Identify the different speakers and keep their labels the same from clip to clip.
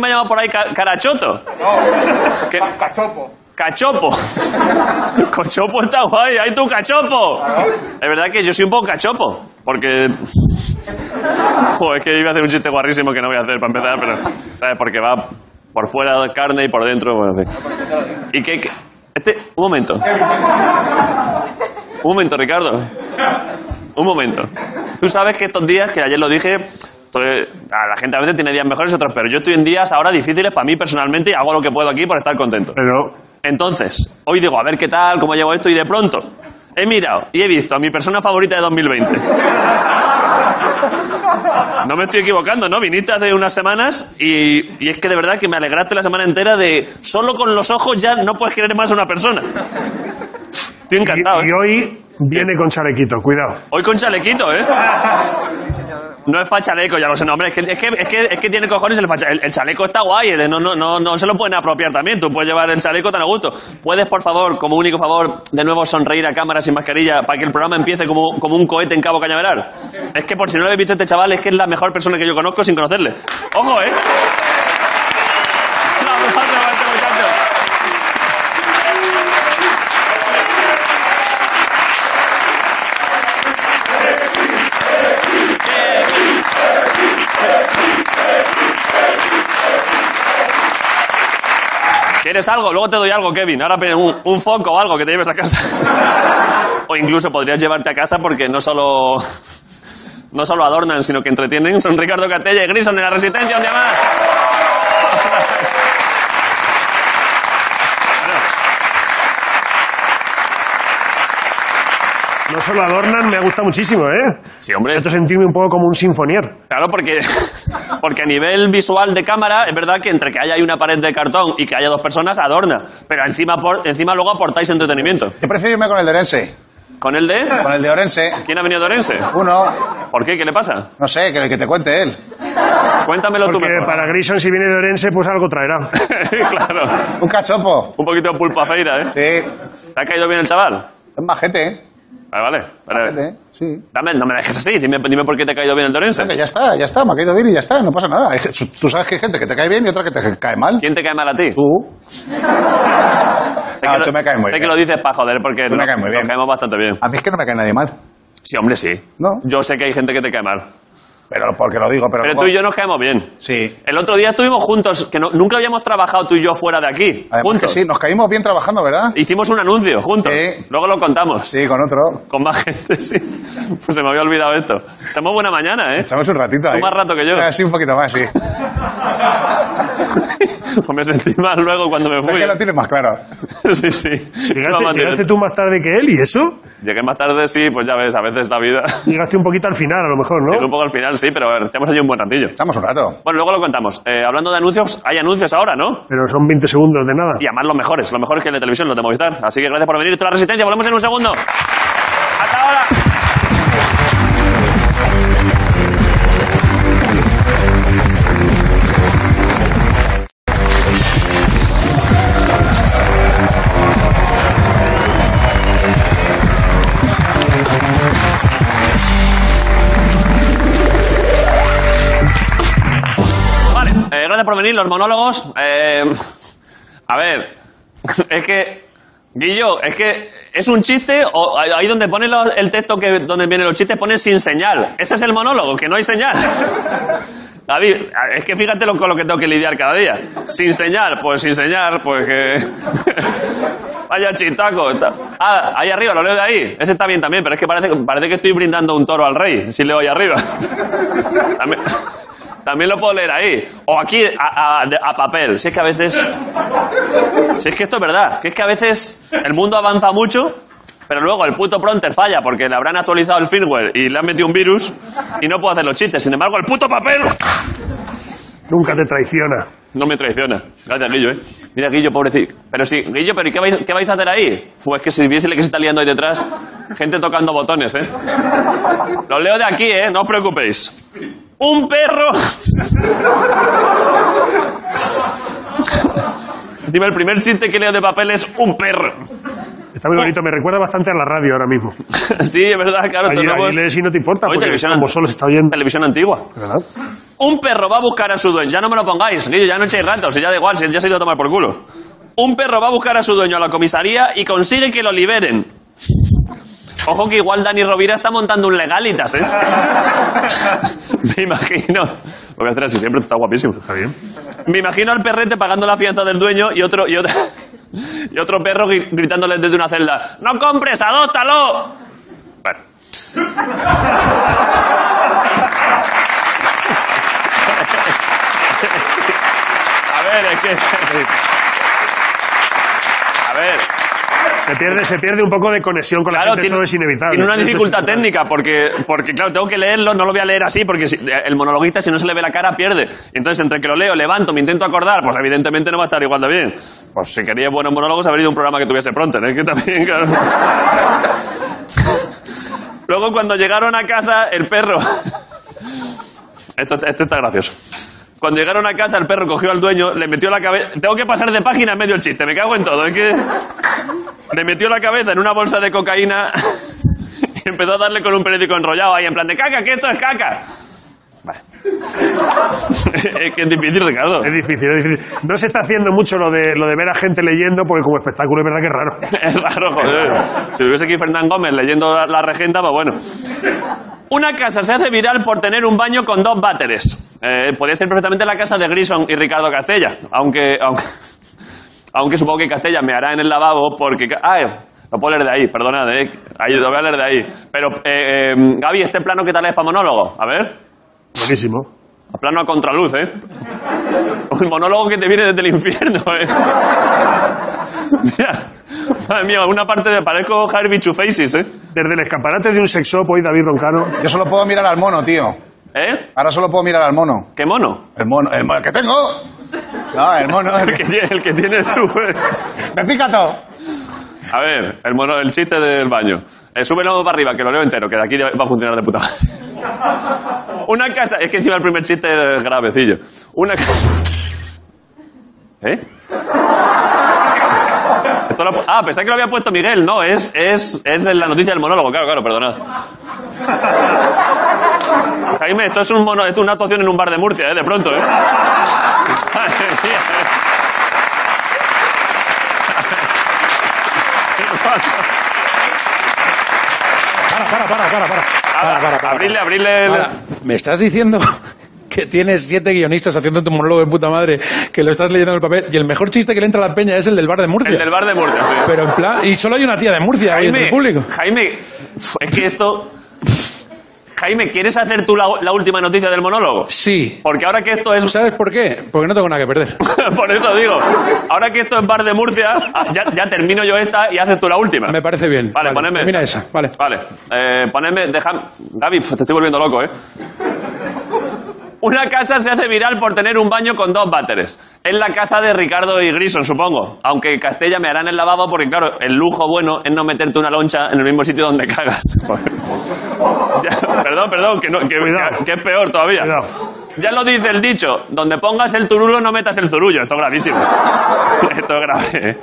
Speaker 1: andado por ahí ca- carachoto?
Speaker 2: No.
Speaker 1: ¿Qué?
Speaker 2: Ca- Cachopo.
Speaker 1: ¡Cachopo! ¡Cochopo está guay! ¡Ay, tu cachopo! Es verdad que yo soy un poco cachopo, porque... Joder, es que iba a hacer un chiste guarrísimo que no voy a hacer para empezar, pero... ¿Sabes? Porque va por fuera carne y por dentro... Bueno, en fin. ¿Y qué? qué- Este... Un momento. Un momento, Ricardo. Un momento. Tú sabes que estos días, que ayer lo dije, estoy- a la gente a veces tiene días mejores y otros, pero yo estoy en días ahora difíciles para mí personalmente y hago lo que puedo aquí por estar contento.
Speaker 3: Pero
Speaker 1: Entonces, hoy digo, a ver qué tal, cómo llevo esto, y de pronto he mirado y he visto a mi persona favorita de 2020. No me estoy equivocando, ¿no? Viniste hace unas semanas y, y es que de verdad que me alegraste la semana entera de solo con los ojos ya no puedes querer más a una persona. Estoy
Speaker 3: y,
Speaker 1: encantado. ¿eh?
Speaker 3: y hoy viene con chalequito, cuidado.
Speaker 1: Hoy con chalequito, ¿eh? No es fa chaleco, ya lo sé, no, hombre, es que, es que, es que, es que tiene cojones el, fa chale- el, el chaleco está guay, el de no, no, no, no se lo pueden apropiar también, tú puedes llevar el chaleco tan a gusto. ¿Puedes, por favor, como único favor, de nuevo sonreír a cámara sin mascarilla para que el programa empiece como, como un cohete en Cabo Cañaveral? Es que por si no lo he visto a este chaval, es que es la mejor persona que yo conozco sin conocerle. ¡Ojo, eh! Un aplauso para este muchacho. ¿Quieres algo? Luego te doy algo, Kevin. Ahora pide un, un foco o algo que te lleves a casa. o incluso podrías llevarte a casa porque no solo, no solo adornan, sino que entretienen. Son Ricardo Catella y Grison en la Resistencia, un día más.
Speaker 3: No solo adornan, me ha gustado muchísimo, ¿eh?
Speaker 1: Sí, hombre.
Speaker 3: Me ha hecho sentirme un poco como un sinfonier.
Speaker 1: Claro, porque, porque a nivel visual de cámara, es verdad que entre que haya ahí una pared de cartón y que haya dos personas, adorna. Pero encima, por- encima luego aportáis entretenimiento.
Speaker 4: Yo prefiero irme con el de Orense.
Speaker 1: ¿Con el de?
Speaker 4: Con el de Orense.
Speaker 1: ¿Quién ha venido de Orense?
Speaker 4: Uno,
Speaker 1: ¿Por qué? ¿Qué le pasa?
Speaker 4: no sé, que, que te cuente él.
Speaker 1: Cuéntamelo tú
Speaker 3: Porque
Speaker 1: mejor.
Speaker 3: para Grison, si viene de Orense, pues algo traerá.
Speaker 1: claro.
Speaker 4: Un cachopo.
Speaker 1: Un poquito de pulpa feira, ¿eh?
Speaker 4: Sí. Es
Speaker 1: ¿Te ha caído bien el chaval?
Speaker 4: majete, ¿eh?
Speaker 1: Vale, vale. vale.
Speaker 4: Majete, ¿eh? Sí.
Speaker 1: Dame, no me dejes así, dime, dime por qué te ha caído bien el Dorense.
Speaker 4: Que ya está, ya está, me ha caído bien y ya está, no pasa nada. Hay ge- Tú sabes que hay gente que te cae bien y otra que te cae mal.
Speaker 1: ¿Quién te cae mal a ti?
Speaker 4: Tú.
Speaker 1: Sé,
Speaker 4: No,
Speaker 1: que, lo,
Speaker 4: Ah, tú me caes muy
Speaker 1: sé
Speaker 4: bien.
Speaker 1: que lo dices para joder, porque
Speaker 4: Tú me
Speaker 1: no-
Speaker 4: caes muy
Speaker 1: nos
Speaker 4: bien.
Speaker 1: caemos bastante bien.
Speaker 4: A mí es que no me cae nadie mal.
Speaker 1: Sí, hombre, sí.
Speaker 4: No.
Speaker 1: Yo sé que hay gente que te cae mal.
Speaker 4: Pero porque lo digo, pero.
Speaker 1: Pero
Speaker 4: luego-
Speaker 1: tú y yo nos caemos bien.
Speaker 4: Sí.
Speaker 1: El otro día estuvimos juntos, que no- nunca habíamos trabajado tú y yo fuera de aquí.
Speaker 4: Además
Speaker 1: juntos.
Speaker 4: que sí, nos caímos bien trabajando, ¿verdad?
Speaker 1: Hicimos un anuncio juntos.
Speaker 4: Sí.
Speaker 1: Luego lo contamos.
Speaker 4: Sí, con otro.
Speaker 1: Con más gente, sí. Pues se me había olvidado esto. Estamos buena mañana, ¿eh?
Speaker 4: Echamos un ratito ahí.
Speaker 1: más rato que yo.
Speaker 4: Ah, sí, un poquito más, sí.
Speaker 1: Pues me sentí mal luego cuando me
Speaker 4: Es
Speaker 1: fui.
Speaker 4: que lo tienes más claro.
Speaker 1: sí, sí. Iba
Speaker 3: Llegaste,
Speaker 1: más
Speaker 3: llegaste
Speaker 1: directo.
Speaker 3: tú más tarde que él, ¿y eso?
Speaker 1: Llegué más tarde, sí, pues ya ves, a veces la vida.
Speaker 3: Llegaste un poquito al final, a lo mejor,
Speaker 1: Llegó
Speaker 3: ¿no?
Speaker 1: Un poco al final, sí, pero a ver, echamos allí un buen ratillo.
Speaker 4: Estamos un rato.
Speaker 1: Bueno, luego lo contamos. Eh, hablando de anuncios, hay anuncios ahora, ¿no?
Speaker 3: Pero son 20 segundos de nada.
Speaker 1: Y además los mejores, los mejores que en la televisión, los de Movistar. Así que gracias por venir. Toda la resistencia, volvemos en un segundo. ¡Hasta ahora! Vale, eh, gracias por venir, los monólogos. Eh, a ver, es que, Guillo, es que es un chiste, o ahí ahí donde pone lo- el texto que donde vienen los chistes pone sin señal. Ese es el monólogo, que no hay señal. David, a- es que fíjate lo, con lo que tengo que lidiar cada día. Sin señal, pues sin señal, pues que... Vaya chistaco. está- Ah, ahí arriba, lo leo de ahí. Ese está bien también, pero es que parece, parece que estoy brindando un toro al rey, si leo ahí arriba. También, también lo puedo leer ahí. O aquí, a, a- de- a papel. Si es que a veces. Si es que esto es verdad. Que es que a veces el mundo avanza mucho, pero luego el puto pronter falla porque le habrán actualizado el firmware y le han metido un virus y no puedo hacer los chistes. Sin embargo, el puto papel
Speaker 3: Nunca te traiciona.
Speaker 1: no me traiciona. Gracias, Guillo, ¿eh? Mira, Guillo, pobrecito. Pero sí, Guillo, ¿pero ¿y qué vais, qué vais a hacer ahí? Pues que si viese que se está liando ahí detrás, gente tocando botones, ¿eh? Lo leo de aquí, ¿eh? No os preocupéis. Un perro... Dime, el primer chiste que leo de papel es un perro.
Speaker 3: Está muy bonito, me recuerda bastante a la radio ahora mismo.
Speaker 1: sí, es verdad, claro.
Speaker 3: Ahí,
Speaker 1: tenemos-
Speaker 3: ahí lees y no te importa,
Speaker 1: Oye,
Speaker 3: porque
Speaker 1: televisión,
Speaker 3: como
Speaker 1: ant-
Speaker 3: solo se está oyendo.
Speaker 1: televisión antigua.
Speaker 3: ¿verdad?
Speaker 1: Un perro va a buscar a su dueño. Ya no me lo pongáis, Guillo, ya no echéis ratos, si ya da igual, si ya se ha ido a tomar por culo. Un perro va a buscar a su dueño a la comisaría y consigue que lo liberen. Ojo que igual Dani Rovira está montando un legalitas, ¿eh? Me imagino. Lo voy a hacer así siempre, está guapísimo.
Speaker 3: Está bien.
Speaker 1: Me imagino al perrete pagando la fianza del dueño y otro, y otro, y otro perro gri- gritándole desde una celda: ¡No compres, adóptalo! Bueno. A ver, es que. A ver,
Speaker 3: Se pierde, se pierde un poco de conexión con la
Speaker 1: claro,
Speaker 3: gente,
Speaker 1: tiene,
Speaker 3: eso es inevitable.
Speaker 1: tiene una
Speaker 3: Eso es
Speaker 1: dificultad
Speaker 3: inevitable.
Speaker 1: técnica porque, porque, claro, tengo que leerlo, no lo voy a leer así porque si- eh, el monologuista, si no se le ve la cara, pierde. Entonces, entre que lo leo, levanto, me intento acordar, pues evidentemente no va a estar igual de bien. Pues si quería buenos monólogos, habría ido a un programa que tuviese pronto, ¿no? Es que también, claro. Luego, cuando llegaron a casa, el perro. Esto, esto está gracioso. Cuando llegaron a casa, el perro cogió al dueño, le metió la cabeza. Tengo que pasar de página en medio el chiste, me cago en todo. Es que. Le metió la cabeza en una bolsa de cocaína y empezó a darle con un periódico enrollado ahí, en plan de caca, que esto es caca. Vale. es que es difícil, Ricardo.
Speaker 3: Es difícil, es difícil. No se está haciendo mucho lo de, lo de ver a gente leyendo, porque como espectáculo es verdad que es raro.
Speaker 1: Es raro, joder. Si tuviese aquí Fernán Gómez leyendo la, la regenta, pues bueno. Una casa se hace viral por tener un baño con dos váteres. Eh, podría ser perfectamente la casa de Grison y Ricardo Castella. Aunque, aunque, aunque supongo que Castella me hará en el lavabo porque... ca- Ah, eh, lo puedo leer de ahí, perdonad, eh. Ahí, lo voy a leer de ahí. Pero, eh, eh, Gaby, ¿este plano qué tal es para monólogo? A ver.
Speaker 3: Buenísimo.
Speaker 1: A plano a contraluz, ¿eh? Un monólogo que te viene desde el infierno, ¿eh? Mira, madre mía, una parte de parezco Javier Bichufaces, ¿eh?
Speaker 3: Desde el escaparate de un sexo, hoy David Roncano.
Speaker 4: Yo solo puedo mirar al mono, tío.
Speaker 1: ¿Eh?
Speaker 4: Ahora solo puedo mirar al mono.
Speaker 1: ¿Qué mono?
Speaker 4: El mono, el mono el que tengo. No, el mono. el
Speaker 1: El que,
Speaker 4: que-
Speaker 1: tie- el que tienes tú, ¿eh?
Speaker 4: Me pica todo.
Speaker 1: A ver, el, mono, el chiste del baño. Eh, súbelo para arriba, que lo leo entero, que de aquí va a funcionar de puta madre. Una casa... Es que encima el primer chiste es gravecillo. Una casa... ¿Eh? Esto lo- ah, pensé que lo había puesto Miguel. No, es, es, es de la noticia del monólogo. Claro, claro, perdonad. Jaime, esto es, un mono, esto es una actuación en un bar de Murcia, ¿eh? De pronto, ¿eh? Madre mía. ¿eh?
Speaker 2: Para, para, para, para, para. Para, para, para.
Speaker 1: abrirle, abrirle... el-
Speaker 2: Ahora, ¿Me estás diciendo que tienes siete guionistas haciendo tu monólogo de puta madre, que lo estás leyendo en el papel, y el mejor chiste que le entra a la peña es el del bar de Murcia?
Speaker 1: el del bar de Murcia, sí.
Speaker 2: Pero en plan... Y solo hay una tía de Murcia ahí en el público.
Speaker 1: Jaime, es que esto. Jaime, ¿quieres hacer tú la, la última noticia del monólogo?
Speaker 2: Sí.
Speaker 1: Porque ahora que esto es.
Speaker 2: ¿Sabes por qué? Porque no tengo nada que perder.
Speaker 1: Por eso digo, ahora que esto es Bar de Murcia, ah, ya, ya termino yo esta y haces tú la última.
Speaker 2: Me parece bien.
Speaker 1: Vale, poneme.
Speaker 2: Mira esa, vale.
Speaker 1: Vale, eh, poneme. Déjame. Gaby, te estoy volviendo loco, ¿eh? Una casa se hace viral por tener un baño con dos váteres. Es la casa de Ricardo y Grison, supongo. Aunque Castella me harán el lavabo porque, claro, el lujo bueno es no meterte una loncha en el mismo sitio donde cagas. Ya, perdón, perdón, que, no- que-
Speaker 3: Cuidado.
Speaker 1: que- que es peor todavía.
Speaker 3: Cuidado.
Speaker 1: Ya lo dice el dicho, donde pongas el turulo no metas el zurullo. Esto es gravísimo. Esto es grave. ¿eh?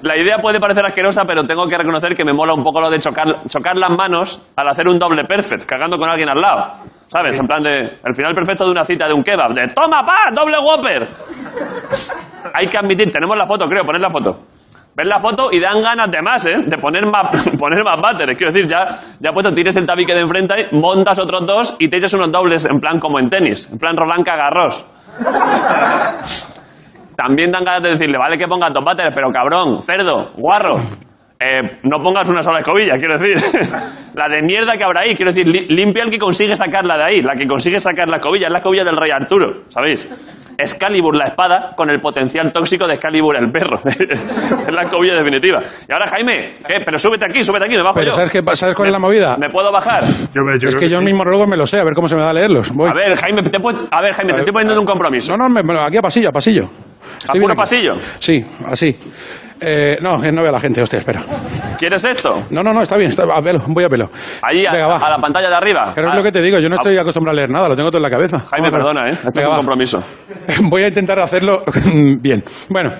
Speaker 1: La idea puede parecer asquerosa, pero tengo que reconocer que me mola un poco lo de chocar, chocar las manos al hacer un doble perfect, cagando con alguien al lado. ¿Sabes? En plan de. El final perfecto de una cita de un kebab. De ¡Toma, pa! ¡Doble Whopper! Hay que admitir, tenemos la foto, creo, poner la foto. Ves la foto y dan ganas de más, ¿eh? De poner más, poner más váteres. Quiero decir, ya, ya puesto, tires el tabique de enfrente, montas otros dos y te echas unos dobles en plan como en tenis. En plan Roland Cagarros. También dan ganas de decirle, vale que pongas dos váteres, pero cabrón, cerdo, guarro. eh, no pongas una sola escobilla, quiero decir. la de mierda que habrá ahí, quiero decir, li- limpia el que consigue sacarla de ahí, la que consigue sacar la escobilla, es la escobilla del rey Arturo, ¿sabéis? Excalibur la espada con el potencial tóxico de Excalibur el perro. es la escobilla definitiva. Y ahora, Jaime, ¿qué? pero súbete aquí, súbete aquí, me bajo
Speaker 2: Pero
Speaker 1: yo.
Speaker 2: ¿sabes, qué, Ah. pa- ¿sabes cuál es la movida?
Speaker 1: ¿Me puedo bajar?
Speaker 3: Yo, me- yo
Speaker 2: es
Speaker 3: creo
Speaker 2: que yo
Speaker 3: sí.
Speaker 2: en mis monólogos me lo sé, a ver cómo se me da a leerlos. Voy.
Speaker 1: A ver, Jaime, te, he puesto- a ver, Jaime, te estoy poniendo en un compromiso.
Speaker 2: No, no, me- me lo- aquí a pasillo, a pasillo.
Speaker 1: ¿A
Speaker 2: Estoy bien
Speaker 1: puro
Speaker 2: aquí.
Speaker 1: pasillo?
Speaker 2: Sí, así. Eh, no, que no veo a la gente, hostia, espera.
Speaker 1: ¿Quieres esto?
Speaker 2: No, no, no, está bien, está, a pelo, voy a pelo.
Speaker 1: Ahí, a,
Speaker 2: Venga, va.
Speaker 1: a la pantalla de arriba. Ah.
Speaker 2: Claro,
Speaker 1: A-
Speaker 2: es lo que te digo, yo no
Speaker 1: a-
Speaker 2: estoy acostumbrado a leer nada, lo tengo todo en la cabeza.
Speaker 1: Jaime,
Speaker 2: Vamos a
Speaker 1: perdona,
Speaker 2: ver.
Speaker 1: ¿eh? Esto
Speaker 2: Venga,
Speaker 1: es un
Speaker 2: va.
Speaker 1: compromiso.
Speaker 2: Voy a intentar hacerlo bien. Bueno.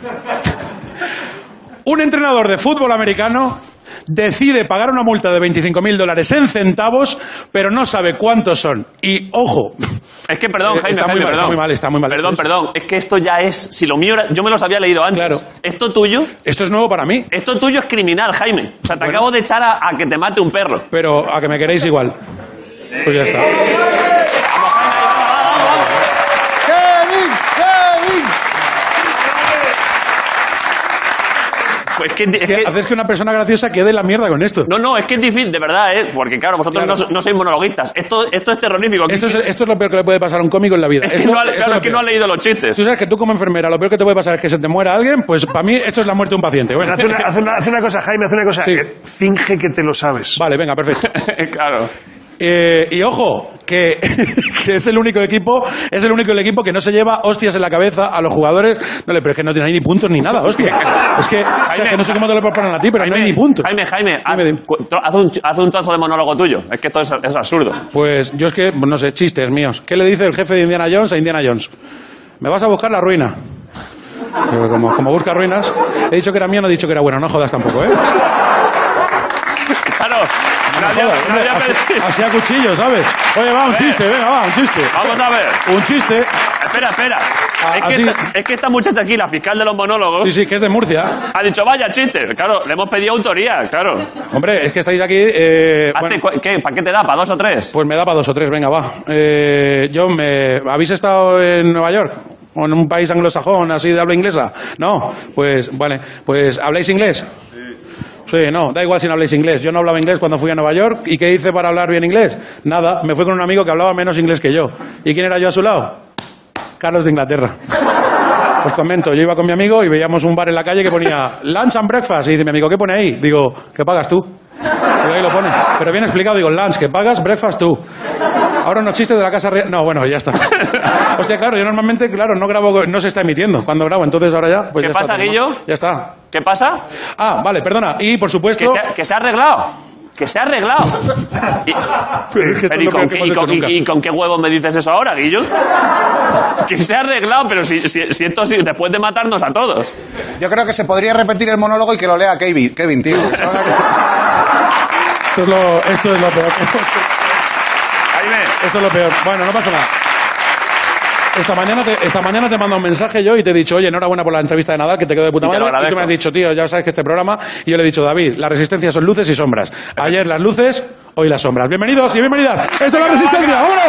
Speaker 2: Un entrenador de fútbol americano decide pagar una multa de 25.000 dólares en centavos, pero no sabe cuántos son. Y ojo,
Speaker 1: Es que, perdón,
Speaker 2: Eh,
Speaker 1: Jaime,
Speaker 2: está muy
Speaker 1: Jaime,
Speaker 2: mal,
Speaker 1: perdón.
Speaker 2: está muy mal, está muy mal
Speaker 1: Perdón,
Speaker 2: hecho
Speaker 1: perdón. Es que esto ya es. Si lo mío era- Yo me los había leído antes.
Speaker 2: Claro.
Speaker 1: Esto tuyo.
Speaker 2: esto es nuevo para mí,
Speaker 1: Esto tuyo es criminal, Jaime. O sea, te acabo de echar a, a que te mate un perro.
Speaker 2: pero a que me queréis igual. Pues ya está.
Speaker 4: ¡Kevin! ¡Kevin!
Speaker 1: Pues es que, es
Speaker 2: Que
Speaker 1: que-
Speaker 2: haces que una persona graciosa quede la mierda con esto.
Speaker 1: No, no, es que es difícil, de verdad, ¿eh? Porque, claro, vosotros
Speaker 2: Claro.
Speaker 1: No, no sois monologuistas. Esto, esto es terrorífico.
Speaker 2: Esto es, esto es lo peor que le puede pasar a un cómico en la vida.
Speaker 1: Es que
Speaker 2: Esto-
Speaker 1: no ha,
Speaker 2: esto
Speaker 1: claro,
Speaker 2: es lo
Speaker 1: es que
Speaker 2: peor.
Speaker 1: no ha leído los chistes.
Speaker 2: Tú sabes que tú como enfermera lo peor que te puede pasar es que se te muera alguien, pues para mí esto es la muerte de un paciente. Bueno.
Speaker 3: Pero Haz una, haz una- haz una cosa, Jaime, haz una cosa.
Speaker 2: Sí.
Speaker 3: Eh, Finge que te lo sabes.
Speaker 2: Vale, venga, perfecto.
Speaker 1: claro.
Speaker 2: Eh, y ojo, que, que es el único equipo, es el único el equipo que no se lleva hostias en la cabeza a los jugadores. No, le- pero es que no tiene ni puntos ni nada, hostia. Es que, o sea,
Speaker 1: Jaime.
Speaker 2: que no sé cómo te lo proponen a ti, pero no hay ni puntos.
Speaker 1: Jaime, Jaime, haz,
Speaker 2: Dime, dime.
Speaker 1: cu- tro- haz un, ch- haz un trozo de monólogo tuyo. Es que esto es, es absurdo.
Speaker 2: Pues yo es que, no sé, chistes míos. ¿Qué le dice el jefe de Indiana Jones a Indiana Jones? Me vas a buscar la ruina. Digo, Como, como busca ruinas, he dicho que era mío, no he dicho que era bueno. No jodas tampoco, ¿eh?
Speaker 1: Claro. no había-
Speaker 2: Jodas,
Speaker 1: no
Speaker 2: hombre,
Speaker 1: había
Speaker 2: así,
Speaker 1: pedido-
Speaker 2: así a cuchillo, ¿sabes? Oye, va, un chiste, venga, va, un chiste.
Speaker 1: Vamos a ver.
Speaker 2: Un chiste.
Speaker 1: Espera, espera.
Speaker 2: Ah,
Speaker 1: Es que,
Speaker 2: así-
Speaker 1: esta, es que esta muchacha aquí, la fiscal de los monólogos,
Speaker 2: Sí, sí, que es de Murcia.
Speaker 1: ha dicho, vaya chiste. Claro, le hemos pedido autoría, claro.
Speaker 2: Hombre, es que estáis aquí. eh,
Speaker 1: Hazte
Speaker 2: bueno,
Speaker 1: cu- ¿qué? ¿Para qué te da? ¿Para dos o tres?
Speaker 2: pues me da para dos o tres, venga, va. Eh, yo me. ¿Habéis estado en Nueva York? ¿O en un país anglosajón así de habla inglesa? No. Pues, vale. Pues, ¿habláis inglés? Sí, no, da igual si no habláis inglés. Yo no hablaba inglés cuando fui a Nueva York. ¿Y qué hice para hablar bien inglés? Nada, me fui con un amigo que hablaba menos inglés que yo. ¿Y quién era yo a su lado? Carlos de Inglaterra. Os comento, yo iba con mi amigo y veíamos un bar en la calle que ponía lunch and breakfast. Y dice mi amigo, ¿qué pone ahí? Digo, ¿qué pagas tú? Digo, ahí lo pone. Pero bien explicado, digo, lunch, que pagas, breakfast tú. Ahora unos chistes de la casa real. No, bueno, ya está. Hostia, claro, yo normalmente, claro, no grabo, no se está emitiendo cuando grabo, entonces ahora ya. Pues
Speaker 1: ¿Qué
Speaker 2: ya está,
Speaker 1: pasa,
Speaker 2: tengo-
Speaker 1: Guillo?
Speaker 2: Ya está.
Speaker 1: ¿Qué pasa?
Speaker 2: Ah, vale, perdona. Y por
Speaker 1: Que
Speaker 2: supuesto.
Speaker 1: se, ha, que se ha arreglado. Que se ha arreglado. Y,
Speaker 2: Pero es que esto
Speaker 1: pero
Speaker 2: es
Speaker 1: ¿y
Speaker 2: lo
Speaker 1: con,
Speaker 2: peor que
Speaker 1: qué-
Speaker 2: hemos
Speaker 1: y
Speaker 2: hecho
Speaker 1: con- y-
Speaker 2: nunca.
Speaker 1: y con qué huevo me dices eso ahora, Guillo? Que se ha arreglado, pero si, si, si esto sí, después de matarnos a todos.
Speaker 4: Yo creo que se podría repetir el monólogo y que lo lea Kevin, Kevin tío.
Speaker 2: Esto es lo, esto es lo peor. Esto es lo peor. Bueno, no pasa nada. Esta mañana, te, esta mañana te mando un mensaje yo y te he dicho, oye, enhorabuena por la entrevista de Nadal, que te quedó de puta
Speaker 1: Y te
Speaker 2: madre. Y
Speaker 1: lo
Speaker 2: tú me
Speaker 1: agradezco.
Speaker 2: has dicho, tío, ya sabes que este programa. Y yo le he dicho, David, la resistencia son luces y sombras. Ayer las luces, hoy las sombras. Bienvenidos y bienvenidas. Esto es la resistencia. ¡Vámonos!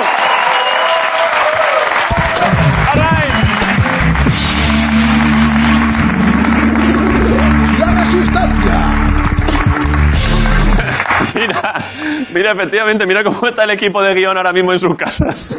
Speaker 1: All right.
Speaker 4: ¡La resistencia!
Speaker 1: Mira, mira, efectivamente, mira cómo está el equipo de guión ahora mismo en sus casas.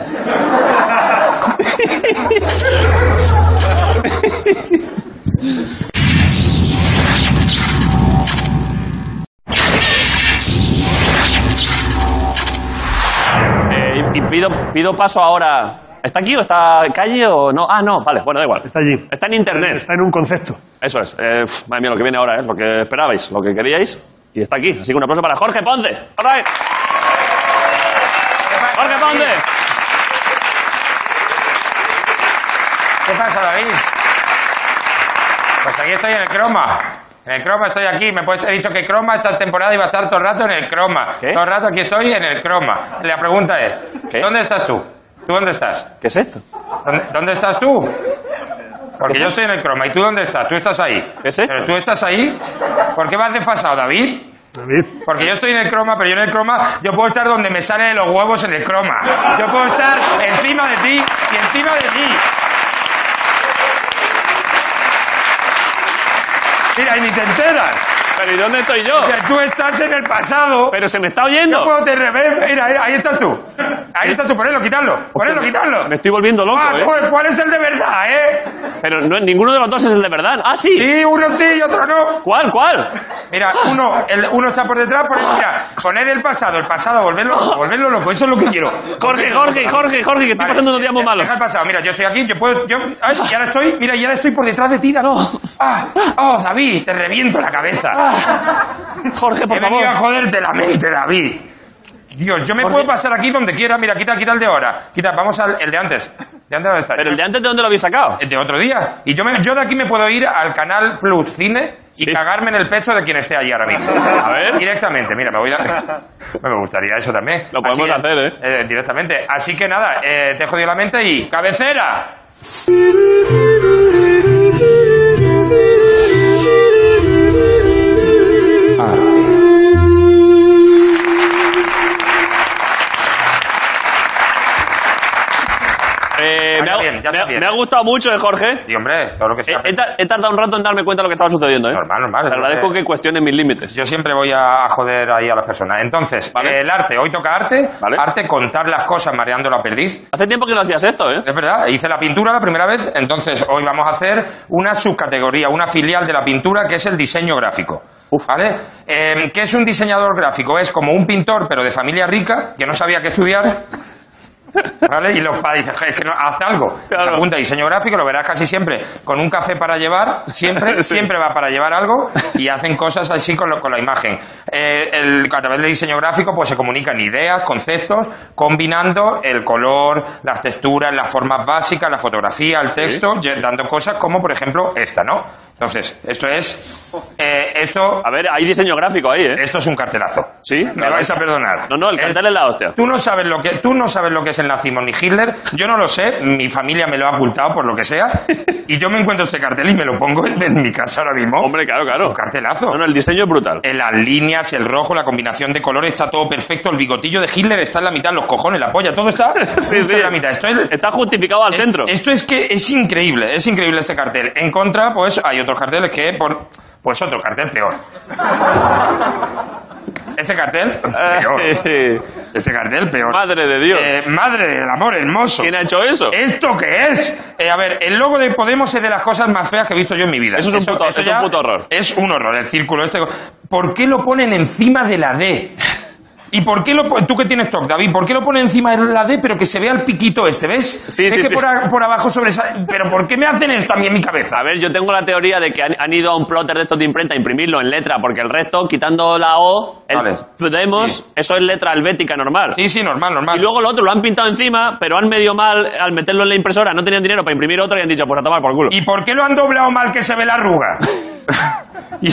Speaker 1: Eh, y y pido, pido paso ahora. ¿Está aquí o está calle o no? Ah, no, vale, bueno, da igual.
Speaker 3: Está allí.
Speaker 1: Está en internet.
Speaker 3: Está en un concepto.
Speaker 1: Eso es. Eh, pf, madre mía, lo que viene ahora, ¿eh? lo que esperabais, lo que queríais. Y está aquí. Así que un aplauso para Jorge Ponce. All right. Jorge Ponce.
Speaker 5: ¿Qué pasa, David? Pues aquí estoy en el croma. En el croma estoy aquí. Me he, puesto- he dicho que croma esta temporada iba a estar todo el rato en el croma.
Speaker 1: ¿Qué?
Speaker 5: Todo el rato aquí estoy en el croma. La pregunta es,
Speaker 1: ¿Qué?
Speaker 5: ¿dónde estás tú? ¿Tú dónde estás?
Speaker 1: ¿Qué es esto?
Speaker 5: ¿Dónde, dónde estás tú? Porque yo estoy en el croma. ¿Y tú dónde estás? Tú estás ahí.
Speaker 1: ¿Qué es esto?
Speaker 5: ¿Pero tú estás ahí? ¿Por qué vas desfasado, David?
Speaker 3: David.
Speaker 5: Porque yo estoy en el croma, pero yo en el croma, yo puedo estar donde me salen los huevos en el croma. Yo puedo estar encima de ti y encima de ti. Mira, y ni te enteras.
Speaker 1: ¿Pero y dónde estoy yo?
Speaker 5: que tú estás en el pasado.
Speaker 1: ¿Pero se me está
Speaker 5: Yo
Speaker 1: oyendo?
Speaker 5: puedo te rever. Mira, ahí, ahí estás tú.
Speaker 1: ¿Eh?
Speaker 5: Ahí estás tú, ponelo, quitarlo. Ponelo, quitarlo.
Speaker 1: Me estoy volviendo loco,
Speaker 5: Ah,
Speaker 1: ¿eh?
Speaker 5: joder, ¿Cuál es el de verdad, eh?
Speaker 1: Pero no- ninguno de los dos es el de verdad. Ah, sí.
Speaker 5: Sí, uno sí y otro no.
Speaker 1: ¿Cuál, cuál?
Speaker 5: Mira, uno, el- uno está por detrás, por mira, poner el pasado, el pasado, volverlo, volverlo loco, eso es lo que quiero.
Speaker 1: Jorge, Jorge, Jorge, Jorge, que estoy
Speaker 5: Vale,
Speaker 1: pasando unos días muy
Speaker 5: deja-
Speaker 1: malos.
Speaker 5: Deja el pasado, mira, yo estoy aquí, yo puedo, yo, ay, y ahora estoy, mira, y ahora estoy por detrás de ti, David. Ah, oh, David, te reviento la cabeza.
Speaker 1: Jorge, por
Speaker 5: He venido a
Speaker 1: favor.
Speaker 5: joderte la mente, David. Dios, yo me puedo pasar aquí donde quiera. Mira, quita, quita el de ahora. Quita, vamos al el de antes. ¿De antes dónde está?
Speaker 1: Pero el de antes, ¿de dónde lo habéis sacado?
Speaker 5: de otro día. Y yo, me- yo de aquí me puedo ir al canal Plus Cine y
Speaker 1: Sí.
Speaker 5: cagarme en el pecho de quien esté allí ahora mismo. A
Speaker 1: ver.
Speaker 5: Directamente, mira, me voy a... Bueno, Me gustaría eso también.
Speaker 1: Lo
Speaker 5: Así
Speaker 1: podemos hacer, ¿eh?
Speaker 5: Directamente. Así que nada, eh, te he jodido la mente y... ¡Cabecera!
Speaker 1: Eh, me,
Speaker 5: Vaya
Speaker 1: ha,
Speaker 5: bien, ya está
Speaker 1: me ha-
Speaker 5: bien.
Speaker 1: me ha gustado mucho, eh, Jorge.
Speaker 5: Y hombre, todo lo que
Speaker 1: Eh,
Speaker 5: sea...
Speaker 1: He, tar- he tardado un rato en darme cuenta de lo que estaba sucediendo, ¿eh?
Speaker 5: Normal, Eh. normal.
Speaker 1: Te agradezco que cuestiones mis límites.
Speaker 5: Yo siempre voy a joder ahí a las personas. Entonces, eh,
Speaker 1: Vale.
Speaker 5: el arte. Hoy toca arte.
Speaker 1: Vale.
Speaker 5: Arte, contar las cosas mareando la perdiz.
Speaker 1: Hace tiempo que no hacías esto, ¿eh?
Speaker 5: Es verdad, hice la pintura la primera vez, entonces hoy vamos a hacer una subcategoría, una filial de la pintura que es el diseño gráfico. ¿Vale? Eh, ¿Qué es un diseñador gráfico? Es como un pintor, pero de familia rica, que no sabía qué estudiar. ¿Vale? Y los padres dicen, "Je, es que no, haz algo. Se
Speaker 1: Claro.
Speaker 5: apunta a diseño gráfico, lo verás casi siempre con un café para llevar, siempre, siempre va para llevar algo y hacen cosas así con, lo- con la imagen. Eh, el- a través del diseño gráfico pues se comunican ideas, conceptos, combinando el color, las texturas, las formas básicas, la fotografía, el texto, ye- dando cosas como por ejemplo esta, ¿no? Entonces, esto es eh, esto
Speaker 1: A ver, hay diseño gráfico ahí, ¿eh?
Speaker 5: esto es un cartelazo.
Speaker 1: Sí,
Speaker 5: Me vais a perdonar.
Speaker 1: No, no, el
Speaker 5: Es-
Speaker 1: cartel es la hostia.
Speaker 5: Tú no sabes lo que tú no sabes lo que es el nazismo ni Hitler. Yo no lo sé. Mi familia me lo ha ocultado por lo que sea. Y yo me encuentro este cartel y me lo pongo en, en mi casa ahora mismo.
Speaker 1: Hombre, claro, claro.
Speaker 5: Es un cartelazo.
Speaker 1: No, no, el diseño es brutal.
Speaker 5: En las líneas, el rojo, la combinación de colores está todo perfecto. El bigotillo de Hitler está en la mitad, los cojones, la polla, todo está justo en la mitad. Esto es,
Speaker 1: Está justificado al
Speaker 5: es-
Speaker 1: centro.
Speaker 5: Esto es que es increíble, es increíble este cartel. En contra, pues hay otros carteles que por pues otro cartel peor. Ese cartel peor.
Speaker 1: Eh,
Speaker 5: Ese cartel peor.
Speaker 1: Madre de Dios.
Speaker 5: Eh, madre del amor hermoso.
Speaker 1: ¿Quién ha hecho eso?
Speaker 5: ¿Esto qué es? Eh, a ver, el logo de Podemos es de las cosas más feas que he visto yo en mi vida.
Speaker 1: Eso es un puto- es un
Speaker 5: ya
Speaker 1: puto horror.
Speaker 5: Es un horror, el círculo este. ¿Por qué lo ponen encima de la D? ¿Y por qué lo ponen... Tú que tienes TOC, David, ¿por qué lo ponen encima de la D pero que se vea el piquito este, ves?
Speaker 1: Sí,
Speaker 5: es
Speaker 1: sí,
Speaker 5: que
Speaker 1: sí.
Speaker 5: Por, a- por abajo sobresale... ¿Pero por qué me hacen esto a mí en mi cabeza?
Speaker 1: A ver, yo tengo la teoría de que han, han ido a un plotter de estos de imprenta a imprimirlo en letra, porque el resto, quitando la O, el
Speaker 5: Vale.
Speaker 1: Podemos, eso es letra albética normal.
Speaker 5: Sí, sí, normal, normal.
Speaker 1: Y luego el otro lo han pintado encima, pero han medio mal al meterlo en la impresora. No tenían dinero para imprimir otro y han dicho, pues a tomar por culo.
Speaker 5: ¿Y por qué lo han doblado mal que se ve la arruga? ¿Y,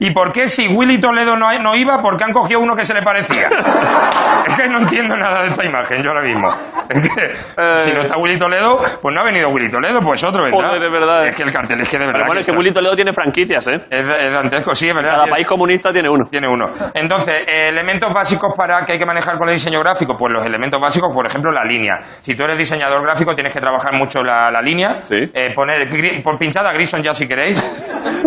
Speaker 5: y por qué si Willy Toledo no, no iba, por qué han cogido uno que se le parecía? Es que no entiendo nada de esta imagen yo ahora mismo. Es que si no está Willy Toledo, pues no ha venido Willy Toledo, pues otro vendrá.
Speaker 1: Eh. Joder, es verdad.
Speaker 5: Es que el cartel es que de verdad...
Speaker 1: pero bueno,
Speaker 5: que
Speaker 1: es que
Speaker 5: está-
Speaker 1: Willy Toledo tiene franquicias, ¿eh?
Speaker 5: Es, da- es dantesco, sí, es verdad.
Speaker 1: Cada
Speaker 5: Tiene-
Speaker 1: país comunista tiene uno.
Speaker 5: tiene uno. Entonces, eh, elementos básicos para que hay que manejar con el diseño gráfico, pues los elementos básicos, por ejemplo, la línea. Si tú eres diseñador gráfico, tienes que trabajar mucho la, la línea.
Speaker 1: Sí.
Speaker 5: Eh, poner gri- pon pinchada Grison ya si queréis.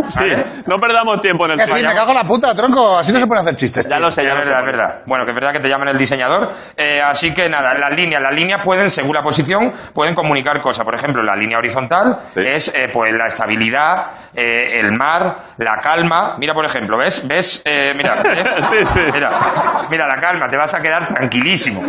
Speaker 1: Sí,
Speaker 5: Vale.
Speaker 1: no perdamos tiempo en el
Speaker 4: Que sí, me
Speaker 1: tema.
Speaker 4: cago en la puta, tronco. Así no se pueden hacer chistes.
Speaker 1: Ya
Speaker 4: tío.
Speaker 1: lo sé, ya
Speaker 5: es
Speaker 1: lo sé.
Speaker 5: verdad, es verdad. Bueno, que es verdad que te llaman el diseñador. Eh, así que nada, las líneas, las líneas pueden, según la posición, pueden comunicar cosas. Por ejemplo, la línea horizontal
Speaker 1: Sí.
Speaker 5: es eh, pues la estabilidad, eh, el mar, la calma. Mira, por ejemplo, ¿ves? ¿Ves? Eh, mira, ¿ves?
Speaker 1: Sí, sí.
Speaker 5: Mira, mira, la calma, te vas a quedar tranquilísimo.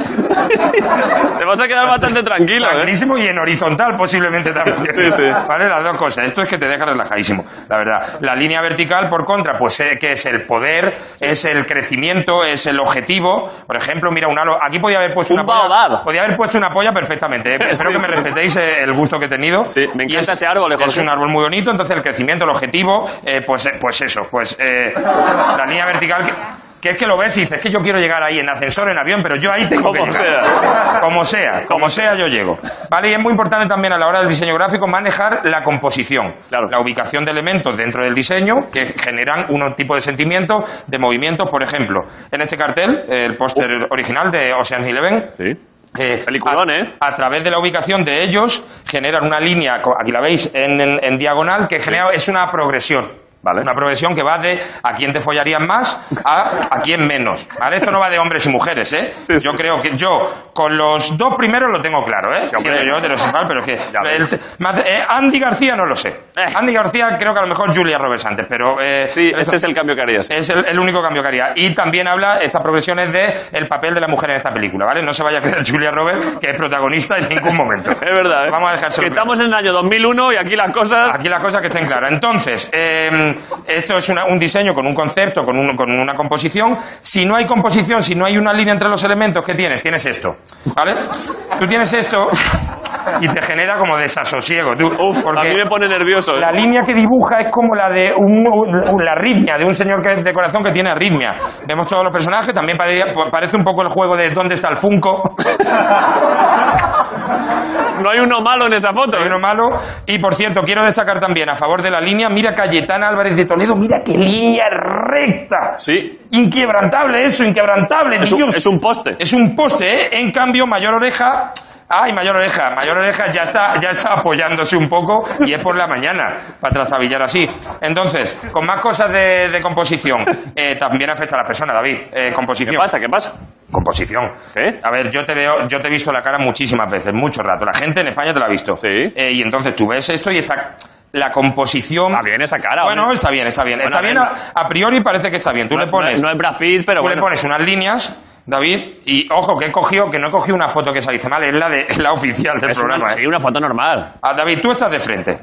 Speaker 1: Te vas a quedar bastante tranquilo, ¿eh?
Speaker 5: Tranquilísimo y en horizontal posiblemente también.
Speaker 1: Sí, sí.
Speaker 5: ¿Vale? Las dos cosas. Esto es que te deja relajadísimo, la verdad. La línea vertical, por contra, pues eh, que es el poder, es el crecimiento, es el objetivo. Por ejemplo, mira, un halo- Aquí podía haber puesto
Speaker 1: Un
Speaker 5: una polla.
Speaker 1: baobab.
Speaker 5: Podía haber puesto una polla perfectamente. eh. Espero
Speaker 1: Sí,
Speaker 5: que me
Speaker 1: sí.
Speaker 5: respetéis eh, el gusto que he tenido.
Speaker 1: Sí, me
Speaker 5: Y
Speaker 1: encanta ese árbol, eh,
Speaker 5: Es
Speaker 1: Jorge.
Speaker 5: un árbol muy bonito, entonces el crecimiento, el objetivo, eh, pues, eh, pues eso, pues eh, la línea vertical que, que es que lo ves y dices, es que yo quiero llegar ahí en ascensor, en avión, pero yo ahí tengo que
Speaker 1: Como
Speaker 5: llegar".
Speaker 1: sea.
Speaker 5: Como sea, como sea yo llego. Vale, y es muy importante también a la hora del diseño gráfico manejar la composición,
Speaker 1: Claro.
Speaker 5: la ubicación de elementos dentro del diseño que generan un tipo de sentimiento, de movimientos, por ejemplo. En este cartel, el póster original de Ocean's Eleven,
Speaker 1: Sí.
Speaker 5: eh,
Speaker 1: Peliculón,
Speaker 5: a,
Speaker 1: ¿eh?
Speaker 5: A través de la ubicación de ellos generan una línea, co- aquí la veis, en, en- en diagonal, que genera, es una progresión.
Speaker 1: Vale.
Speaker 5: Una progresión que va de a quién te follarías más a a quién menos. ¿Vale? Esto no va de hombres y mujeres, ¿eh?
Speaker 1: Sí, sí.
Speaker 5: yo creo que yo con los dos primeros lo tengo claro, ¿eh?
Speaker 1: hombre.
Speaker 5: Siendo yo heterosexual, pero es que.
Speaker 1: ves.
Speaker 5: el- más- eh, Andy García no lo sé.
Speaker 1: Eh.
Speaker 5: Andy García creo que a lo mejor Julia Roberts antes, pero. eh,
Speaker 1: Sí,
Speaker 5: eso-
Speaker 1: ese es el cambio que harías.
Speaker 5: es el, el único cambio que haría. Y también habla estas progresiones de el papel de la mujer en esta película, ¿vale? No se vaya a creer Julia Roberts, que es protagonista en ningún momento.
Speaker 1: Es verdad, ¿eh?
Speaker 5: Vamos a dejárselo
Speaker 1: Que
Speaker 5: claro.
Speaker 1: estamos en el año 2001 y aquí las cosas...
Speaker 5: Aquí la cosa que estén claras. Entonces, eh, esto es una- un diseño con un concepto, con, un- con una composición. Si no hay composición, si no hay una línea entre los elementos, ¿qué tienes? Tienes esto, ¿vale? Tú tienes esto. y te genera como desasosiego. Tú,
Speaker 1: Uf,
Speaker 5: porque
Speaker 1: a mí me pone nervioso. ¿eh?
Speaker 5: la línea que dibuja es como la de un- un- la arritmia, de un señor que, de corazón que tiene arritmia. Vemos todos los personajes, también pare- parece un poco el juego de ¿dónde está el Funko?
Speaker 1: No hay uno malo en esa foto. ¿eh?
Speaker 5: Hay uno malo. Y por cierto, quiero destacar también a favor de la línea, mira Cayetana Álvarez de Toledo, mira qué línea recta.
Speaker 1: Sí.
Speaker 5: Inquebrantable eso, inquebrantable.
Speaker 1: Es un,
Speaker 5: Dios.
Speaker 1: es un poste.
Speaker 5: Es un poste, ¿eh? En cambio, Mayor Oreja. Ay, Mayor Oreja. Mayor Oreja ya está, ya está apoyándose un poco y es por la mañana para trazabillar así. Entonces, con más cosas de, de composición. eh, también afecta a la persona, David. Eh,
Speaker 1: ¿Qué
Speaker 5: composición.
Speaker 1: pasa? ¿Qué pasa?
Speaker 5: Composición.
Speaker 1: ¿Qué?
Speaker 5: A ver, yo te veo, yo te he visto la cara muchísimas veces, mucho rato. La gente en España te la ha visto.
Speaker 1: Sí.
Speaker 5: Eh, y entonces tú ves esto y está la composición.
Speaker 1: Está Ah, bien esa cara,
Speaker 5: Bueno,
Speaker 1: hombre.
Speaker 5: está bien, está bien.
Speaker 1: Bueno,
Speaker 5: está
Speaker 1: a ver,
Speaker 5: bien. A, a priori parece que está bien. Tú le pones
Speaker 1: No, no es Brad Pitt, pero
Speaker 5: tú
Speaker 1: bueno.
Speaker 5: le pones unas líneas, David, y ojo, que he cogido, que no he cogido una foto que saliste mal, es la, de, es la oficial del
Speaker 1: Es
Speaker 5: programa.
Speaker 1: una,
Speaker 5: ¿eh?
Speaker 1: sí, una foto normal.
Speaker 5: Ah, David, tú estás de frente.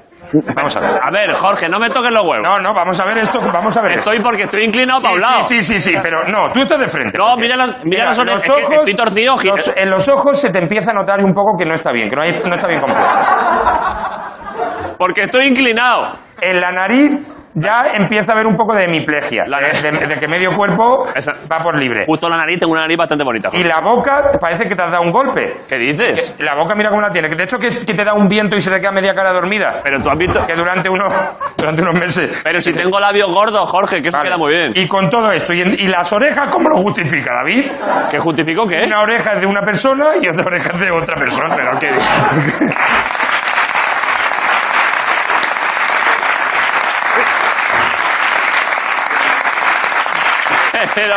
Speaker 5: Vamos a ver.
Speaker 1: A ver, Jorge, no me toques los huevos.
Speaker 5: No, no, vamos a ver esto, vamos a ver esto.
Speaker 1: Estoy porque estoy inclinado
Speaker 5: Sí,
Speaker 1: para un lado.
Speaker 5: Sí, sí, sí, sí, pero no, tú estás de frente.
Speaker 1: No,
Speaker 5: porque-
Speaker 1: mira las- mira las
Speaker 5: los
Speaker 1: orejas, es que estoy torcido, gi-
Speaker 5: los- en los ojos se te empieza a notar un poco que no está bien, que no, hay- no está bien compuesto.
Speaker 1: Porque estoy inclinado.
Speaker 5: En la nariz ya empieza a haber un poco de hemiplegia,
Speaker 1: La-
Speaker 5: de, de- de que medio cuerpo
Speaker 1: Esa-
Speaker 5: va por libre.
Speaker 1: Justo la nariz, tengo una nariz bastante bonita.
Speaker 5: Y
Speaker 1: Jorge.
Speaker 5: la boca parece que te has dado un golpe.
Speaker 1: ¿Qué dices?
Speaker 5: Eh, La boca mira cómo la tiene. De hecho, que, es- que te da un viento y se te queda media cara dormida.
Speaker 1: Pero tú has visto.
Speaker 5: Que durante unos, durante unos meses.
Speaker 1: Pero si tengo labios gordos, Jorge, que eso
Speaker 5: Vale.
Speaker 1: queda muy bien.
Speaker 5: Y con todo esto, y, en- y las orejas, ¿cómo lo justifica, David?
Speaker 1: ¿Qué justifico qué?
Speaker 5: Una oreja es de una persona y otra oreja es de otra persona. Pero qué-
Speaker 1: Pero,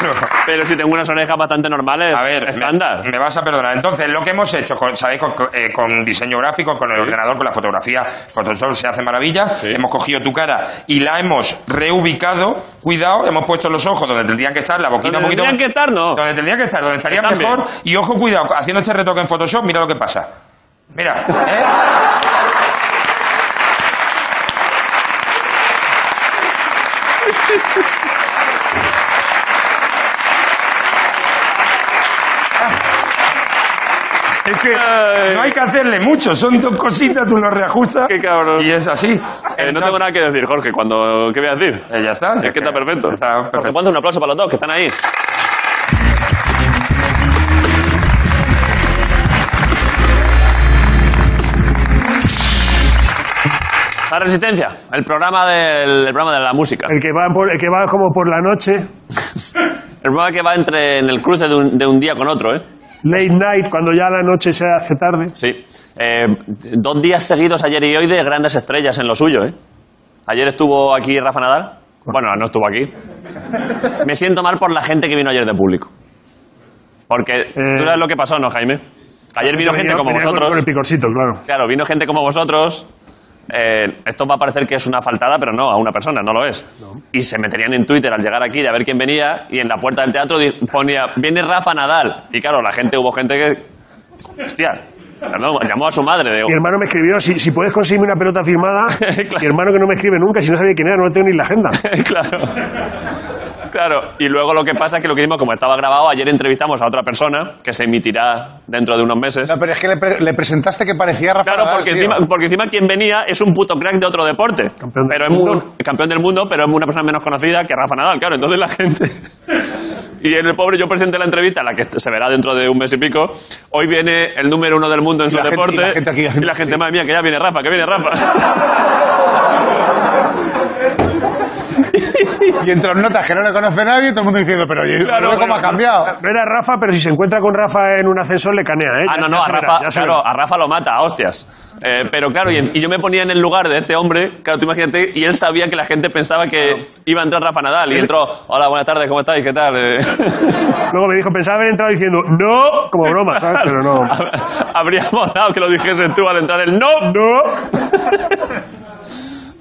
Speaker 5: pero-
Speaker 1: pero si tengo unas orejas bastante normales,
Speaker 5: A ver,
Speaker 1: estándar.
Speaker 5: Me, me vas a perdonar. Entonces, lo que hemos hecho, con, ¿sabéis? Con, con- eh, con diseño gráfico, con el ordenador, con la fotografía, Photoshop se hace maravilla. Hemos cogido tu cara y la hemos reubicado. Cuidado, hemos puesto los ojos donde tendrían que estar, la boquita
Speaker 1: Donde
Speaker 5: un poquito.
Speaker 1: tendrían que estar, no.
Speaker 5: Donde tendría que estar, donde estaría
Speaker 1: Están
Speaker 5: mejor.
Speaker 1: bien.
Speaker 5: Y ojo, cuidado, haciendo este retoque en Photoshop, mira lo que pasa. Mira, ¿eh?
Speaker 3: Es que
Speaker 1: Ay,
Speaker 5: no hay que hacerle mucho, son dos cositas, tú lo reajustas
Speaker 1: Qué cabrón.
Speaker 5: y es así.
Speaker 1: Eh, no tengo nada que decir, Jorge. Cuando, ¿Qué voy a decir?
Speaker 5: Eh, ya está.
Speaker 1: Es que está perfecto.
Speaker 5: Está perfecto.
Speaker 1: Jorge, ponte un aplauso para los dos que están ahí. La Resistencia, el programa, del, el programa de la música.
Speaker 3: el que va, por- el que va como por la noche,
Speaker 1: El programa que va entre, en el cruce de un, de un día con otro, ¿eh?
Speaker 3: late night, cuando ya la noche se hace tarde.
Speaker 1: Sí. Eh, dos días seguidos ayer y hoy de grandes estrellas en lo suyo, ¿eh? Ayer estuvo aquí Rafa Nadal. Bueno, no estuvo aquí. Me siento mal por la gente que vino ayer de público. Porque tú sabes lo que pasó, ¿no, Jaime? Ayer vino gente
Speaker 3: Eh. Venía-
Speaker 1: como
Speaker 3: venía con- Con
Speaker 1: vosotros.
Speaker 3: el picorcito, claro.
Speaker 1: Claro, vino gente como vosotros. Eh, esto va a parecer que es una faltada, pero no, a una persona, no lo es. Y se meterían en Twitter al llegar aquí de a ver quién venía y en la puerta del teatro di- ponía, viene Rafa Nadal. Y claro, la gente, hubo gente que... Hostia, llamó, llamó a su madre. Digo,
Speaker 3: Mi hermano me escribió, si, si puedes conseguirme una pelota firmada,
Speaker 1: Claro.
Speaker 3: mi hermano que no me escribe nunca, si no sabía quién era, no lo tengo ni en la agenda.
Speaker 1: claro. Claro, y luego lo que pasa es que lo que hicimos, como estaba grabado, ayer entrevistamos a otra persona que se emitirá dentro de unos meses.
Speaker 4: No, pero es que le, pre- le presentaste que parecía Rafa
Speaker 1: Claro,
Speaker 4: Nadal,
Speaker 1: porque
Speaker 4: tío.
Speaker 1: encima, porque encima quien venía es un puto crack de otro deporte.
Speaker 3: Campeón del
Speaker 1: pero es
Speaker 3: mundo.
Speaker 1: muy- campeón del mundo, pero es una persona menos conocida que Rafa Nadal, claro. Entonces la gente. Y el pobre, yo presenté la entrevista, la que se verá dentro de un mes y pico. Hoy viene el número uno del mundo en su
Speaker 4: la gente-
Speaker 1: deporte.
Speaker 4: y la gente aquí haciendo
Speaker 1: y la gente,
Speaker 4: así.
Speaker 1: madre mía, que ya viene Rafa, que viene Rafa.
Speaker 4: Y entre los notas que no le conoce nadie, todo el mundo diciendo, pero oye,
Speaker 1: Claro,
Speaker 4: ¿cómo
Speaker 1: bueno,
Speaker 4: ha cambiado?
Speaker 3: No era Rafa, pero si se encuentra con Rafa en un ascensor, le canea, ¿eh?
Speaker 1: Ah,
Speaker 3: Ya-
Speaker 1: no, no,
Speaker 3: ya
Speaker 1: a
Speaker 3: se verá,
Speaker 1: Rafa,
Speaker 3: ya se
Speaker 1: claro,
Speaker 3: verá.
Speaker 1: a Rafa lo mata, a hostias. Eh, pero claro, y, y yo me ponía en el lugar de este hombre, claro, tú imagínate, y él sabía que la gente pensaba que iba a entrar Rafa Nadal, y entró, hola, buenas tardes, ¿cómo estáis? ¿Qué tal? Eh,
Speaker 3: Luego me dijo, pensaba haber entrado diciendo, no, como broma, ¿sabes? Pero no.
Speaker 1: Habría molado que lo dijese tú al entrar el no.
Speaker 3: No.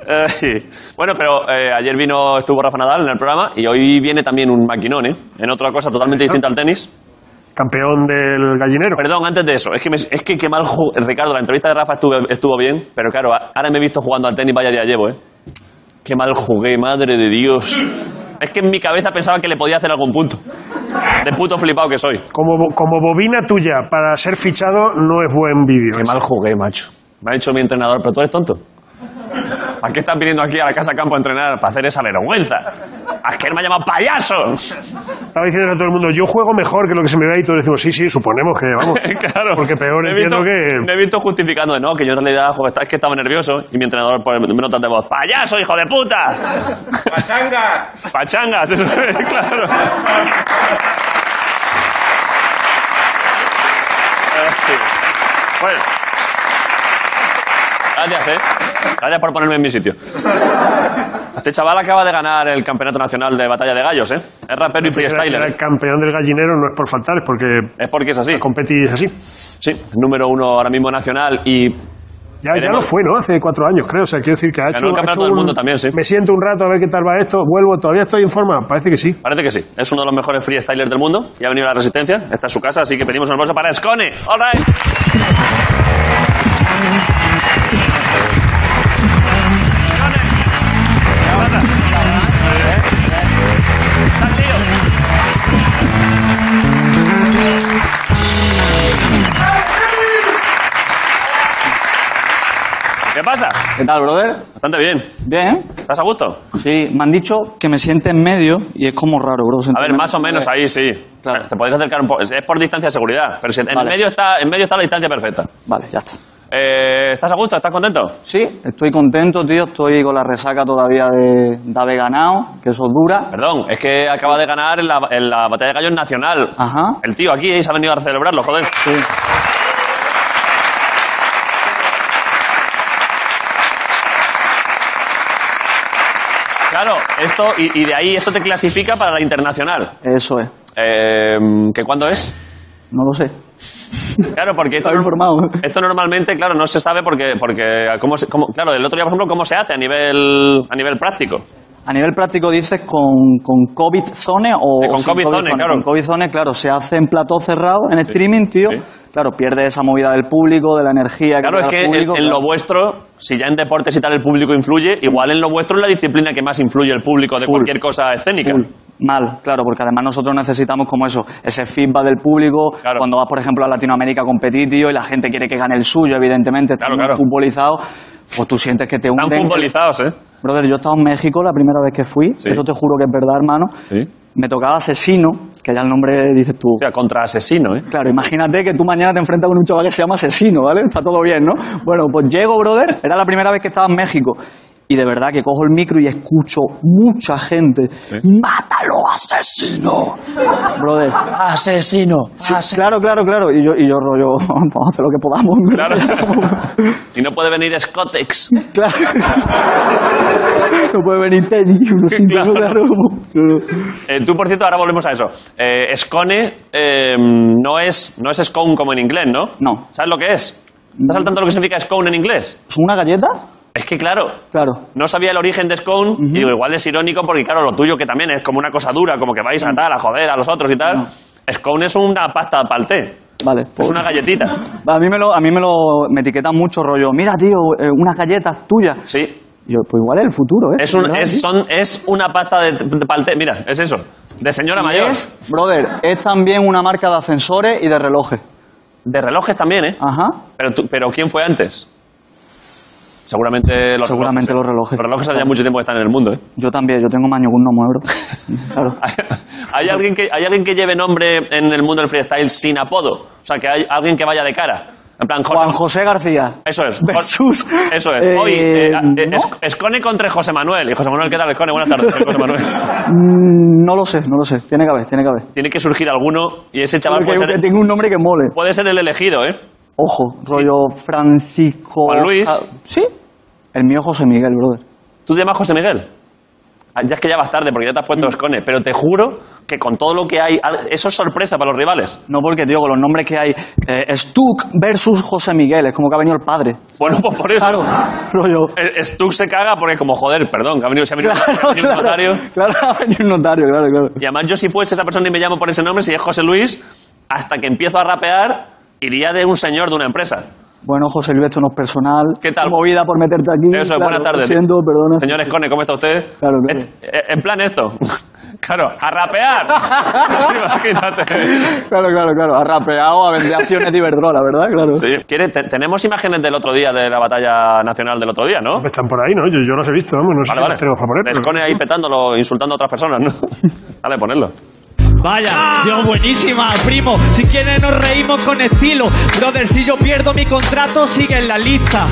Speaker 1: Eh, sí. bueno, pero eh, ayer vino, estuvo Rafa Nadal en el programa, y hoy viene también un maquinón, ¿eh? En otra cosa totalmente distinta al tenis.
Speaker 3: Campeón del gallinero.
Speaker 1: Perdón, antes de eso, es que, me- es que qué mal ju- Ricardo, la entrevista de Rafa estuvo, estuvo bien, pero claro, a- ahora me he visto jugando al tenis, vaya día llevo, ¿eh? Qué mal jugué, madre de Dios. Es que en mi cabeza pensaba que le podía hacer algún punto. De puto flipado que soy.
Speaker 3: Como, bo- como bobina tuya para ser fichado no es buen vídeo.
Speaker 1: Qué mal jugué, macho. Me ha dicho mi entrenador, pero tú eres tonto. ¿Para qué estás viniendo aquí a la casa campo a entrenar? Para hacer esa vergüenza. Asker me ha llamado payaso.
Speaker 3: Estaba diciendo a todo el mundo, yo juego mejor que lo que se me ve y todos decimos, sí, sí, suponemos que vamos.
Speaker 1: claro.
Speaker 3: Porque peor
Speaker 1: Me he
Speaker 3: entiendo
Speaker 1: visto-
Speaker 3: que...
Speaker 1: Me he visto justificando de no, que yo en realidad jo, es que estaba nervioso y mi entrenador pone notas de voz. ¡Payaso, hijo de puta!
Speaker 5: ¡Pachanga!
Speaker 1: ¡Pachangas! Eso es, claro. Bueno. Gracias, ¿eh? Gracias por ponerme en mi sitio. Este chaval acaba de ganar el Campeonato Nacional de Batalla de Gallos, ¿eh? Es rapero y freestyler.
Speaker 3: El
Speaker 1: ¿eh?
Speaker 3: campeón del gallinero no es por faltar, es porque
Speaker 1: Es porque es así.
Speaker 3: competís así.
Speaker 1: Sí, número uno ahora mismo nacional y
Speaker 3: Ya, ya
Speaker 1: Veremos.
Speaker 3: lo fue, ¿no? Hace cuatro años, creo. O sea, quiero decir que ha hecho...
Speaker 1: el
Speaker 3: ha
Speaker 1: campeonato
Speaker 3: hecho
Speaker 1: del
Speaker 3: un-
Speaker 1: mundo también, sí.
Speaker 3: Me siento un rato a ver qué tal va esto. Vuelvo, todavía estoy en forma. Parece que sí.
Speaker 1: Parece que sí. Es uno de los mejores freestylers del mundo. Y ha venido a la Resistencia. Está en su casa, así que pedimos un aplauso para Escone. All right. Escone. ¿Qué pasa? Está el tío. ¿Qué pasa?
Speaker 6: ¿Qué tal, brother?
Speaker 1: Bastante bien.
Speaker 6: Bien. ¿eh?
Speaker 1: ¿Estás a gusto?
Speaker 6: Sí, me han dicho que me siente en medio y es como raro, bro.
Speaker 1: A ver, más o menos ahí sí.
Speaker 6: Claro.
Speaker 1: Te podéis acercar un poco. Es por distancia de seguridad. Pero si en,
Speaker 6: Vale.
Speaker 1: medio está, en medio está la distancia perfecta.
Speaker 6: Vale, ya está.
Speaker 1: Eh, ¿Estás a gusto? ¿Estás contento?
Speaker 6: Sí, estoy contento, tío. Estoy con la resaca todavía de, de haber ganado, que eso dura.
Speaker 1: Perdón, es que acaba de ganar en la, en la batalla de gallos nacional.
Speaker 6: Ajá.
Speaker 1: El tío aquí eh, se ha venido a celebrarlo, joder.
Speaker 6: Sí.
Speaker 1: Claro, esto, y, y de ahí esto te clasifica para la internacional.
Speaker 6: Eso es.
Speaker 1: Eh, ¿Que cuándo es?
Speaker 6: No lo sé.
Speaker 1: Claro, porque esto,
Speaker 6: Estaba informado.
Speaker 1: esto normalmente, claro, no se sabe porque, porque cómo se- cómo- claro, el otro día, por ejemplo, cómo se hace a nivel, a nivel práctico.
Speaker 6: A nivel práctico dices con, con COVID zone o...
Speaker 1: Eh, con
Speaker 6: o sin
Speaker 1: COVID zone, claro.
Speaker 6: Con COVID zone, claro. Se hace en plató cerrado, en streaming, tío.
Speaker 1: sí.
Speaker 6: Claro, pierde esa movida del público, de la energía. le
Speaker 1: Claro, es
Speaker 6: da
Speaker 1: que
Speaker 6: al público,
Speaker 1: en, en
Speaker 6: claro.
Speaker 1: lo vuestro, si ya en deportes y tal el público influye, igual en lo vuestro es la disciplina que más influye el público de
Speaker 6: Full.
Speaker 1: cualquier cosa escénica.
Speaker 6: Full. Mal, claro, porque además nosotros necesitamos como eso, ese feedback del público.
Speaker 1: Claro.
Speaker 6: Cuando vas, por ejemplo, a Latinoamérica a competir, tío, y la gente quiere que gane el suyo, evidentemente, está
Speaker 1: Claro,
Speaker 6: muy
Speaker 1: claro.
Speaker 6: futbolizado, pues tú sientes que te
Speaker 1: Están
Speaker 6: hunden.
Speaker 1: futbolizados, ¿eh?
Speaker 6: Brother, yo he estado en México la primera vez que fui,
Speaker 1: Sí.
Speaker 6: eso te juro que es verdad, hermano.
Speaker 1: Sí.
Speaker 6: Me tocaba Asesino, que ya el nombre dices tú.
Speaker 1: O sea, contra asesino, ¿eh?
Speaker 6: Claro, imagínate que tú mañana te enfrentas con un chaval que se llama asesino, ¿vale? Está todo bien, ¿no? Bueno, pues llego, brother, era la primera vez que estaba en México. Y de verdad que cojo el micro y escucho mucha gente. ¡Mátalo, asesino! Brother. ¡Asesino! Claro, claro, claro. Y yo, y yo rollo, vamos a hacer lo que podamos.
Speaker 1: Claro.
Speaker 6: ¿verdad?
Speaker 1: y no puede venir Scottex.
Speaker 6: Claro. No puede venir Teddy, uno sin
Speaker 1: Claro.
Speaker 6: claro. como-
Speaker 1: Eh, tú, por cierto, ahora volvemos a eso. Eh, Scone eh, no, es, no es scone como en inglés, ¿no?
Speaker 6: No.
Speaker 1: ¿Sabes lo que es? ¿Estás al tanto de lo que significa scone en inglés?
Speaker 6: ¿Es una galleta?
Speaker 1: Es que, claro,
Speaker 6: Claro.
Speaker 1: no sabía el origen de scone y digo, igual es irónico porque, claro, lo tuyo que también es como una cosa dura, como que vais a tal, a joder a los otros y tal. Scone es una pasta para el té.
Speaker 6: Vale. pues
Speaker 1: Es una galletita.
Speaker 6: A mí me lo, a mí me lo me etiquetan mucho rollo. Mira, tío, eh, unas galletas tuyas.
Speaker 1: Sí.
Speaker 6: Y yo, pues igual es el futuro, ¿eh?
Speaker 1: Es, un,
Speaker 6: ¿Verdad?
Speaker 1: es, son, es una pasta de, de palte- Mira, es eso. De señora
Speaker 6: Y
Speaker 1: mayor.
Speaker 6: es, brother, es también una marca de ascensores y de relojes.
Speaker 1: De relojes también, ¿eh?
Speaker 6: Ajá.
Speaker 1: Pero, tú- pero ¿quién fue antes? Seguramente los
Speaker 6: Seguramente
Speaker 1: relojes. ¿eh?
Speaker 6: los relojes.
Speaker 1: Los relojes hace ya mucho tiempo que están en el mundo, ¿eh?
Speaker 6: Yo también, yo tengo maño no muero. Claro.
Speaker 1: ¿Hay alguien, que, ¿Hay alguien que lleve nombre en el mundo del freestyle sin apodo? O sea, que hay alguien que vaya de cara. En plan, José.
Speaker 6: Juan José García.
Speaker 1: Eso es.
Speaker 6: Versus.
Speaker 1: Eso es.
Speaker 6: Eh,
Speaker 1: Hoy, eh,
Speaker 6: ¿no?
Speaker 1: eh, Esc- Escone contra José Manuel. Y José Manuel, ¿qué tal, Escone? Buenas tardes, soy José Manuel.
Speaker 6: Mm, No lo sé, no lo sé. Tiene que haber, tiene que haber.
Speaker 1: Tiene que surgir alguno y ese chaval
Speaker 6: Porque
Speaker 1: puede
Speaker 6: que
Speaker 1: ser,
Speaker 6: tengo un nombre que mole.
Speaker 1: puede ser el elegido, ¿eh?
Speaker 6: Ojo, rollo Francisco.
Speaker 1: Juan Luis.
Speaker 6: Ah, Sí. El mío José Miguel, brother.
Speaker 1: ¿Tú te llamas José Miguel? Ah, Ya es que ya vas tarde porque ya te has puesto los cones, pero te juro que con todo lo que hay, al- eso es sorpresa para los rivales.
Speaker 6: No, porque, tío, con los nombres que hay, eh, Stuck versus José Miguel, es como que ha venido el padre.
Speaker 1: Bueno, pues por eso.
Speaker 6: Claro, rollo.
Speaker 1: Eh, Stuck se caga porque como, joder, perdón, que ha venido, se ha venido, se
Speaker 6: Claro,
Speaker 1: ha venido un notario.
Speaker 6: claro, claro, ha venido un notario, claro, claro.
Speaker 1: Y además yo si fuese esa persona y me llamo por ese nombre, si es José Luis, hasta que empiezo a rapear, iría de un señor de una empresa.
Speaker 6: Bueno, José Luis, esto no es personal.
Speaker 1: ¿Qué tal?
Speaker 6: Movida por meterte aquí.
Speaker 1: Eso,
Speaker 6: claro,
Speaker 1: buenas tardes.
Speaker 6: Lo siento, perdona.
Speaker 1: Señores Cone, ¿cómo está usted?
Speaker 6: Claro, claro.
Speaker 1: Et- eh, en plan esto. Claro, a rapear. Imagínate.
Speaker 6: Claro, claro, claro. Ha rapeado, a vender acciones de Iberdrola, ¿verdad? Claro.
Speaker 1: Sí. ¿Quiere- te- tenemos imágenes del otro día, de la batalla nacional del otro día, ¿no?
Speaker 3: Están por ahí, ¿no? Yo, yo los he visto, vamos, no sé si los tenemos para poner. pero-
Speaker 1: Lescone ahí petándolo, insultando a otras personas, ¿no? Dale, ponerlo.
Speaker 7: Vaya, tío, buenísima, primo. Si quieres nos reímos con estilo. Brother, si yo pierdo mi contrato, sigue en la lista.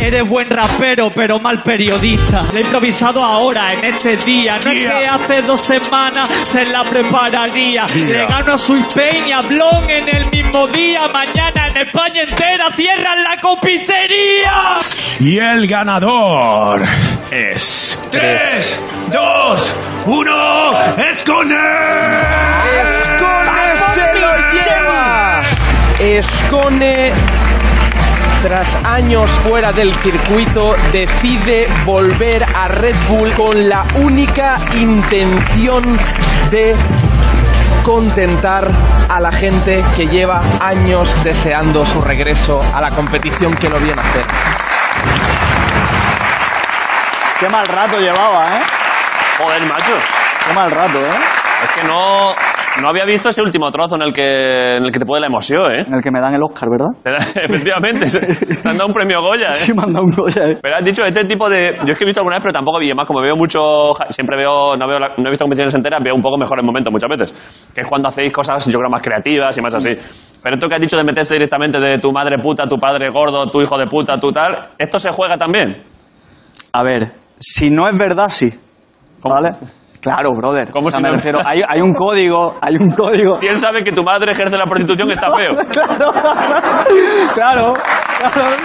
Speaker 7: Eres buen rapero, pero mal periodista. Le he improvisado ahora, en este día. No es que hace dos semanas se la prepararía. Le gano a Sui Peña, Blon en el mismo día. Mañana en España entera cierran la copistería.
Speaker 8: Y el ganador es. 3, 2, 1, ¡Escone!
Speaker 9: Escone se lo lleva. Escone, tras años fuera del circuito, decide volver a Red Bull con la única intención de contentar a la gente que lleva años deseando su regreso a la competición que lo viene a hacer.
Speaker 6: Qué mal rato llevaba, ¿eh?
Speaker 1: Joder, macho.
Speaker 6: Qué mal rato, ¿eh?
Speaker 1: Es que no, no había visto ese último trozo en el que, en el que te puede la emoción, ¿eh?
Speaker 6: En el que me dan el Oscar, ¿verdad?
Speaker 1: Te da- Efectivamente, se- te han dado un premio Goya, ¿eh?
Speaker 6: Sí, me han dado un Goya, ¿eh?
Speaker 1: Pero has dicho este tipo de. Yo es que he visto alguna vez, pero tampoco vi más. Como veo mucho. Siempre veo. No, veo la- no he visto competiciones enteras, veo un poco mejores momentos muchas veces. Que es cuando hacéis cosas, yo creo, más creativas y más así. Pero esto que has dicho de meterse directamente de tu madre puta, tu padre gordo, tu hijo de puta, tu tal. ¿Esto se juega también?
Speaker 6: A ver, si no es verdad, sí.
Speaker 1: ¿Cómo?
Speaker 6: ¿Vale? Claro, brother.
Speaker 1: ¿Cómo
Speaker 6: O sea,
Speaker 1: si
Speaker 6: me
Speaker 1: no es
Speaker 6: refiero,
Speaker 1: verdad?
Speaker 6: hay, hay un código, hay un código.
Speaker 1: Si él sabe que tu madre ejerce la prostitución, está feo.
Speaker 6: Claro, claro, claro,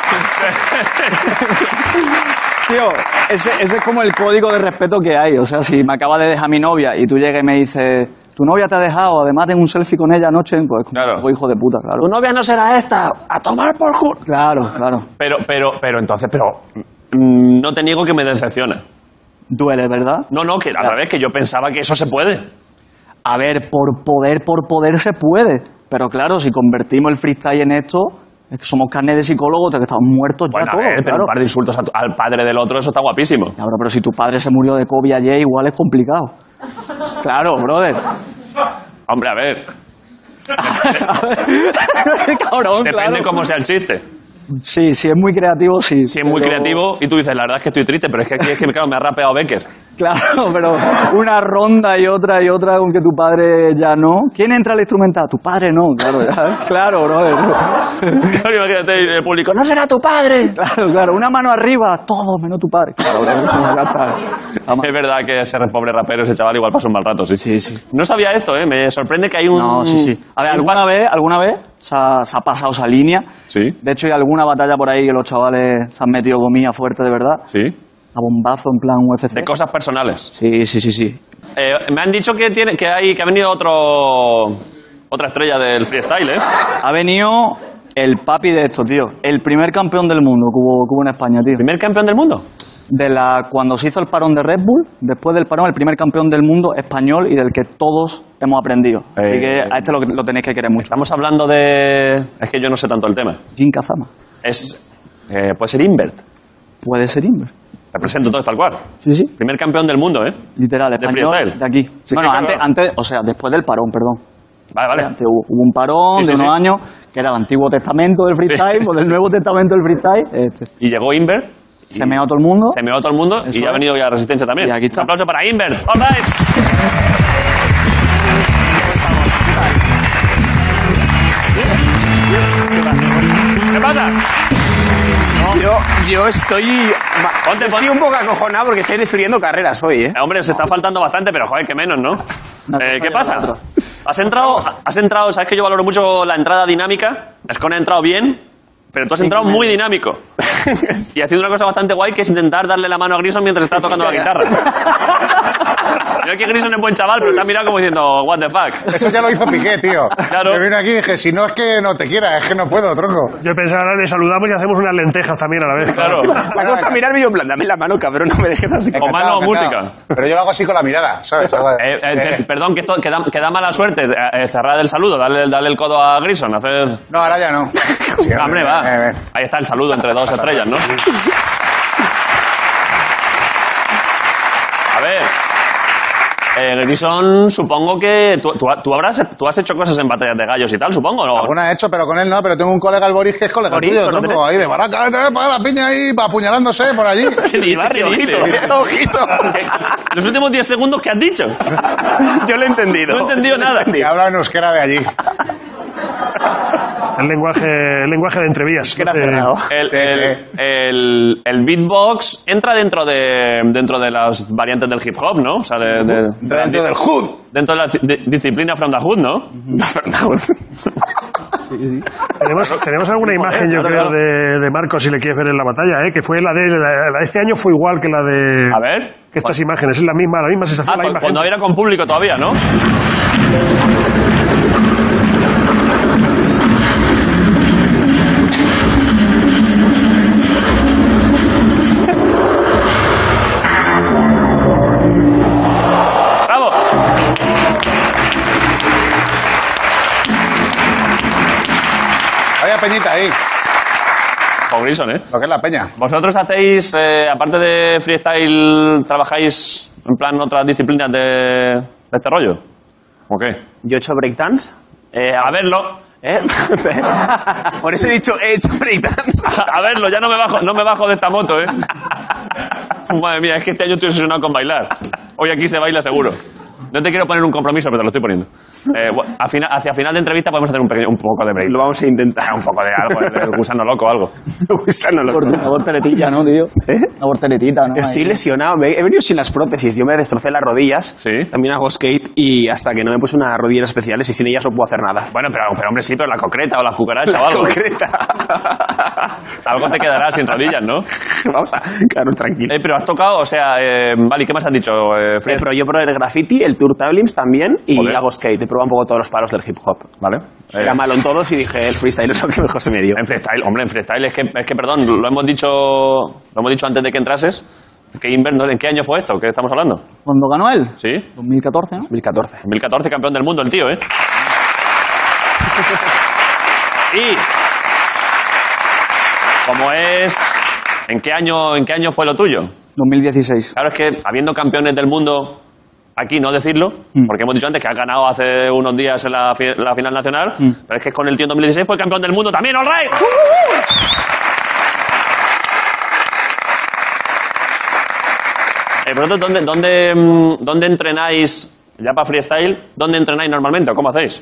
Speaker 6: brother. Tío, ese, ese es como el código de respeto que hay. O sea, si me acaba de dejar mi novia y tú llegas y me dices, tu novia te ha dejado, además tengo un selfie con ella anoche, pues como
Speaker 1: Claro.
Speaker 6: hijo de puta, claro.
Speaker 1: Tu novia no será esta. A tomar por culo.
Speaker 6: Claro, claro.
Speaker 1: Pero, pero, pero entonces, pero. mm, No te niego que me decepciona.
Speaker 6: Duele, ¿verdad?
Speaker 1: No, no, que a la
Speaker 6: Claro.
Speaker 1: vez que yo pensaba que eso se puede.
Speaker 6: A ver, por poder, por poder se puede. Pero claro, si convertimos el freestyle en esto, es que somos carne de psicólogo, de que estamos muertos ya
Speaker 1: Bueno, a
Speaker 6: todos,
Speaker 1: ver, pero
Speaker 6: claro.
Speaker 1: un par de insultos a tu- al padre del otro, eso está guapísimo.
Speaker 6: Cabrón, pero si tu padre se murió de COVID ayer, igual es complicado. Claro, brother.
Speaker 1: Hombre, a ver,
Speaker 6: Cabrón,
Speaker 1: depende
Speaker 6: claro.
Speaker 1: cómo sea el chiste.
Speaker 6: Sí, si es muy creativo, sí.
Speaker 1: Si es muy
Speaker 6: pero-
Speaker 1: creativo y tú dices, la verdad es que estoy triste, pero es que aquí es que, claro, me ha rapeado Becker.
Speaker 6: Claro, pero una ronda y otra y otra, aunque tu padre ya no. ¿Quién entra al instrumental? Tu padre no, claro, ya. ¿eh? Claro, brother.
Speaker 1: Claro, imagínate el público, no será tu padre.
Speaker 6: Claro, claro. Una mano arriba, todo menos tu padre. Claro, brother, ya está. Vamos.
Speaker 1: Es verdad que ese pobre rapero, ese chaval, igual pasó un mal rato, sí.
Speaker 6: Sí, sí.
Speaker 1: No sabía esto, ¿eh? Me sorprende que hay un...
Speaker 6: No, sí, sí. A ver, alguna vez, alguna vez se ha, se ha pasado esa línea.
Speaker 1: Sí.
Speaker 6: De hecho, hay alguna batalla por ahí que los chavales se han metido comida fuerte, de verdad.
Speaker 1: Sí.
Speaker 6: A bombazo, en plan UFC.
Speaker 1: De cosas personales.
Speaker 6: Sí, sí, sí, sí.
Speaker 1: Eh, me han dicho que, tiene, que, hay, que ha venido otro... Otra estrella del freestyle, ¿eh?
Speaker 6: Ha venido el papi de esto, tío. El primer campeón del mundo que hubo, que hubo en España, tío.
Speaker 1: ¿Primer campeón del mundo?
Speaker 6: De la, cuando se hizo el parón de Red Bull, después del parón, el primer campeón del mundo español y del que todos hemos aprendido. Así
Speaker 1: Eh,
Speaker 6: que a este lo, lo tenéis que querer mucho.
Speaker 1: Estamos hablando de... Es que yo no sé tanto el tema.
Speaker 6: Jin Kazama.
Speaker 1: Es... eh, puede ser Invert.
Speaker 6: Puede ser Inver.
Speaker 1: Te presento todo tal cual.
Speaker 6: Sí, sí.
Speaker 1: Primer campeón del mundo, ¿eh?
Speaker 6: Literal,
Speaker 1: ¿De
Speaker 6: español
Speaker 1: freestyle?
Speaker 6: de aquí.
Speaker 1: Sí,
Speaker 6: bueno,
Speaker 1: sí,
Speaker 6: antes,
Speaker 1: claro.
Speaker 6: antes, o sea, después del parón, perdón.
Speaker 1: Vale, vale.
Speaker 6: Antes hubo, hubo un parón
Speaker 1: Sí, sí,
Speaker 6: de unos
Speaker 1: sí.
Speaker 6: años que era el Antiguo Testamento del freestyle,
Speaker 1: Sí.
Speaker 6: por el Nuevo Testamento del freestyle. Este.
Speaker 1: Y llegó Inver,
Speaker 6: Se meó todo el mundo.
Speaker 1: se meó todo el mundo
Speaker 6: Eso
Speaker 1: y ya ha
Speaker 6: es.
Speaker 1: venido ya la resistencia también.
Speaker 6: Y aquí está.
Speaker 1: Un aplauso para Inver. All right. ¿Qué pasa?
Speaker 9: Yo, yo estoy,
Speaker 1: Ponte, estoy ponte.
Speaker 9: un poco acojonado porque estoy destruyendo carreras hoy, ¿eh?
Speaker 1: Eh, Hombre, se está faltando bastante, pero joder, que menos, ¿no? Eh,
Speaker 6: cosa
Speaker 1: ¿Qué
Speaker 6: lleva
Speaker 1: pasa?
Speaker 6: a la otra.
Speaker 1: Has entrado, has entrado, sabes que yo valoro mucho la entrada dinámica. Escone ha entrado bien, pero tú has entrado muy dinámico. Y haciendo una cosa bastante guay que es intentar darle la mano a Grison mientras está tocando la guitarra. Yo que Grison es buen chaval, pero te ha mirado como diciendo, what the fuck.
Speaker 4: Eso ya lo hizo Piqué, tío.
Speaker 1: Claro.
Speaker 4: Me vino aquí y dije, si no es que no te quiera, es que no puedo, tronco.
Speaker 3: Yo pensaba, ahora le saludamos y hacemos unas lentejas también a la vez.
Speaker 1: Claro.
Speaker 9: La cosa es mirarme y yo en plan, dame la mano, cabrón, no me dejes así.
Speaker 1: O mano
Speaker 4: Encantado,
Speaker 1: o música.
Speaker 4: encantado. Pero yo lo hago así con la mirada, ¿sabes? Hago-
Speaker 1: Eh, eh,
Speaker 4: eh,
Speaker 1: te- perdón, que, esto- que da, que da mala suerte eh, eh, cerrar el saludo, darle, darle el codo a Grison, hacer...
Speaker 4: no, ahora ya no. Sí,
Speaker 1: Ah, Hombre, va.
Speaker 4: eh, eh.
Speaker 1: Ahí está el saludo entre dos estrellas, ¿no? Eh, Grison, supongo que tú, tú- tú habrás, tú has hecho cosas en batallas de gallos y tal, supongo, ¿no?
Speaker 4: Alguna he hecho, pero con él no, pero tengo un colega, el Boris, que es colega
Speaker 1: Boris,
Speaker 4: tuyo,
Speaker 1: ¿conoces?
Speaker 4: tronco, ahí de baraca, vete, vete, para la piña ahí, pa- apuñalándose por allí.
Speaker 1: Ni barrio, ojito.
Speaker 4: Ojito.
Speaker 1: Los últimos 10 segundos que has dicho.
Speaker 10: Yo lo he entendido.
Speaker 1: No he entendido nada.
Speaker 4: Y habla en euskera de allí.
Speaker 3: El lenguaje, el lenguaje de entrevías. no
Speaker 10: Era
Speaker 3: sé.
Speaker 10: cerrado.
Speaker 1: El,
Speaker 4: Sí,
Speaker 1: el-
Speaker 4: sí.
Speaker 1: el- el beatbox entra dentro de, dentro de las variantes del hip hop, ¿no? O sea, de- de-
Speaker 4: Dentro del hood.
Speaker 1: dentro de la di- disciplina from the hood, ¿no?
Speaker 3: Tenemos, tenemos alguna imagen, yo creo, de, de Marcos, si le quieres ver en la batalla, ¿eh? que fue la de, la- la de este año fue igual que la de...
Speaker 1: A ver. Pues,
Speaker 3: Que estas imágenes, es la misma, la misma sensación,
Speaker 1: Ah,
Speaker 3: la
Speaker 1: cu-
Speaker 3: misma
Speaker 1: cuando
Speaker 3: gente.
Speaker 1: era con público todavía, ¿no? ¡Bravo!
Speaker 4: Había peñita ahí,
Speaker 1: Con Grison, ¿eh?
Speaker 4: lo que es la peña.
Speaker 1: ¿Vosotros hacéis, eh, aparte de freestyle, trabajáis en plan otras disciplinas de, de este rollo? ¿O qué?
Speaker 10: Yo he hecho breakdance. Eh,
Speaker 1: A verlo.
Speaker 10: ¿eh? Por eso he dicho, he hecho breakdance.
Speaker 1: A verlo, ya no me bajo, no me bajo de esta moto, ¿eh? Uf, Madre mía, es que este año estoy obsesionado con bailar. Hoy aquí se baila seguro. No te quiero poner un compromiso, pero te lo estoy poniendo. Eh, bu- a fina- hacia final de entrevista podemos hacer un, pequeño, un poco de break.
Speaker 10: Lo vamos a intentar.
Speaker 1: Un poco de algo, de gusano loco o algo.
Speaker 10: Gusano loco.
Speaker 6: Por una borteletilla, ¿no, tío?
Speaker 10: ¿Eh?
Speaker 6: Una borteletita, ¿no?
Speaker 10: Estoy
Speaker 6: Ahí.
Speaker 10: lesionado, me- he venido sin las prótesis, yo me destrocé las rodillas,
Speaker 1: Sí.
Speaker 10: también hago skate y hasta que no me puse unas rodillas especiales y sin ellas no puedo hacer nada.
Speaker 1: Bueno, pero, pero hombre, sí, pero la concreta o la cucaracha o
Speaker 10: La
Speaker 1: algo.
Speaker 10: concreta.
Speaker 1: Algo te quedará sin rodillas, ¿no?
Speaker 10: Vamos a, claro, tranquilo.
Speaker 1: Eh, pero has tocado, o sea, eh, vale, ¿y qué más has dicho, eh, Fred?
Speaker 10: Eh, pero yo probé el graffiti, el tour tablims también y
Speaker 1: Joder.
Speaker 10: hago skate. He probado un poco todos los palos del hip hop.
Speaker 1: Vale. Eh,
Speaker 10: Era malo en todos y dije, el freestyle es lo que mejor se me dio.
Speaker 1: en freestyle, hombre, en freestyle es que, es que perdón, lo hemos dicho, lo hemos dicho antes de que entrases. Que Inver- no sé, ¿En qué año fue esto? ¿Qué estamos hablando?
Speaker 6: Cuando ganó él,
Speaker 1: ¿Sí?
Speaker 6: 2014, ¿no?
Speaker 10: 2014.
Speaker 1: 2014 campeón del mundo el tío, ¿eh? y como es, ¿en qué año, en qué año fue lo tuyo?
Speaker 6: 2016.
Speaker 1: Claro es que habiendo campeones del mundo aquí no decirlo,
Speaker 6: Mm.
Speaker 1: porque hemos dicho antes que ha ganado hace unos días en la, fi- la final nacional, pero es que con el tío en 2016 fue campeón del mundo también, all right. Eh, vosotros, ¿dónde, dónde, mm, dónde entrenáis, ya para freestyle, dónde entrenáis normalmente o cómo hacéis?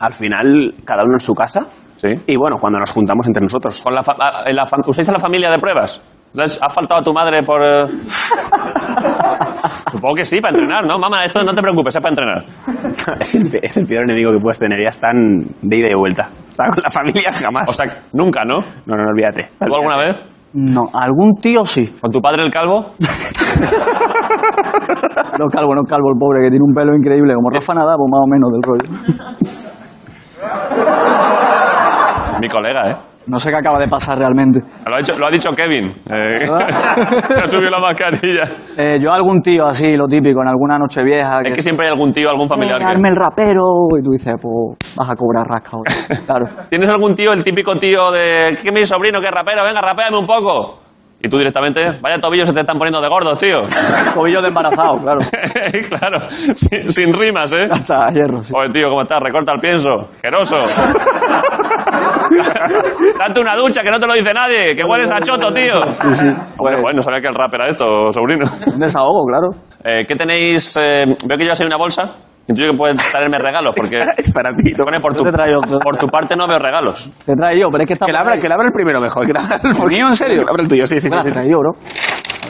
Speaker 10: Al final, cada uno en su casa.
Speaker 1: Sí.
Speaker 10: Y bueno, cuando nos juntamos entre nosotros.
Speaker 1: Con la fa- a- en la fam- ¿Usáis a la familia de pruebas? ¿Les ¿Ha faltado a tu madre por...? eh? Supongo que sí, para entrenar, ¿no? Mamá, esto no te preocupes, es para entrenar.
Speaker 10: es, el, pe- es el peor enemigo que puedes tener. Ya están de ida y de vuelta. Está con la familia jamás.
Speaker 1: O sea, nunca, ¿no?
Speaker 10: no, no, no, olvídate.
Speaker 1: ¿Tú alguna vez?
Speaker 6: No, algún tío sí.
Speaker 1: ¿Con tu padre el calvo?
Speaker 6: No calvo, no calvo, el pobre, que tiene un pelo increíble, como Rafa Nadal, pues más o menos, del rollo.
Speaker 1: Mi colega, ¿eh?
Speaker 6: No sé qué acaba de pasar realmente.
Speaker 1: Lo ha, hecho- lo ha dicho Kevin. Eh,
Speaker 6: ¿Verdad?
Speaker 1: que ha subido la mascarilla.
Speaker 6: Eh, yo algún tío así, lo típico, en alguna noche vieja.
Speaker 1: Es que siempre hay algún tío, algún familiar
Speaker 6: "Eh,
Speaker 1: que...
Speaker 6: Hazme el rapero. Y tú dices, pues vas a cobrar rasca ahora. Claro.
Speaker 1: ¿Tienes algún tío, el típico tío de... ¿Qué mi sobrino? que es rapero? Venga, rapéame un poco. Y tú directamente... Vaya tobillos se te están poniendo de gordos, tío.
Speaker 6: Cobillo de embarazado, claro.
Speaker 1: claro. Sin, sin rimas, ¿eh?
Speaker 6: Hasta hierro, sí.
Speaker 1: Oye, tío, ¿cómo estás? Recorta el pienso. Queroso. Date una ducha, que no te lo dice nadie. Que hueles a choto, tío.
Speaker 6: Sí, sí.
Speaker 1: Bueno, bueno, no sabía que el rap era esto, sobrino.
Speaker 6: Un desahogo, claro.
Speaker 1: Eh, ¿Qué tenéis? Eh, veo que llevas ahí una bolsa. Intuyo que puedes traerme regalos, porque
Speaker 10: Es para ti.
Speaker 1: pone por tu,
Speaker 6: Yo te traigo todo.
Speaker 1: por tu parte no veo regalos.
Speaker 6: Te trae yo, pero es que está.
Speaker 10: Que la abra, que la abra el primero mejor. Que la abra el
Speaker 6: mío, en serio?
Speaker 10: Que la abra el tuyo, sí, sí, sí.
Speaker 6: Me la
Speaker 10: sí.
Speaker 6: trae yo, bro.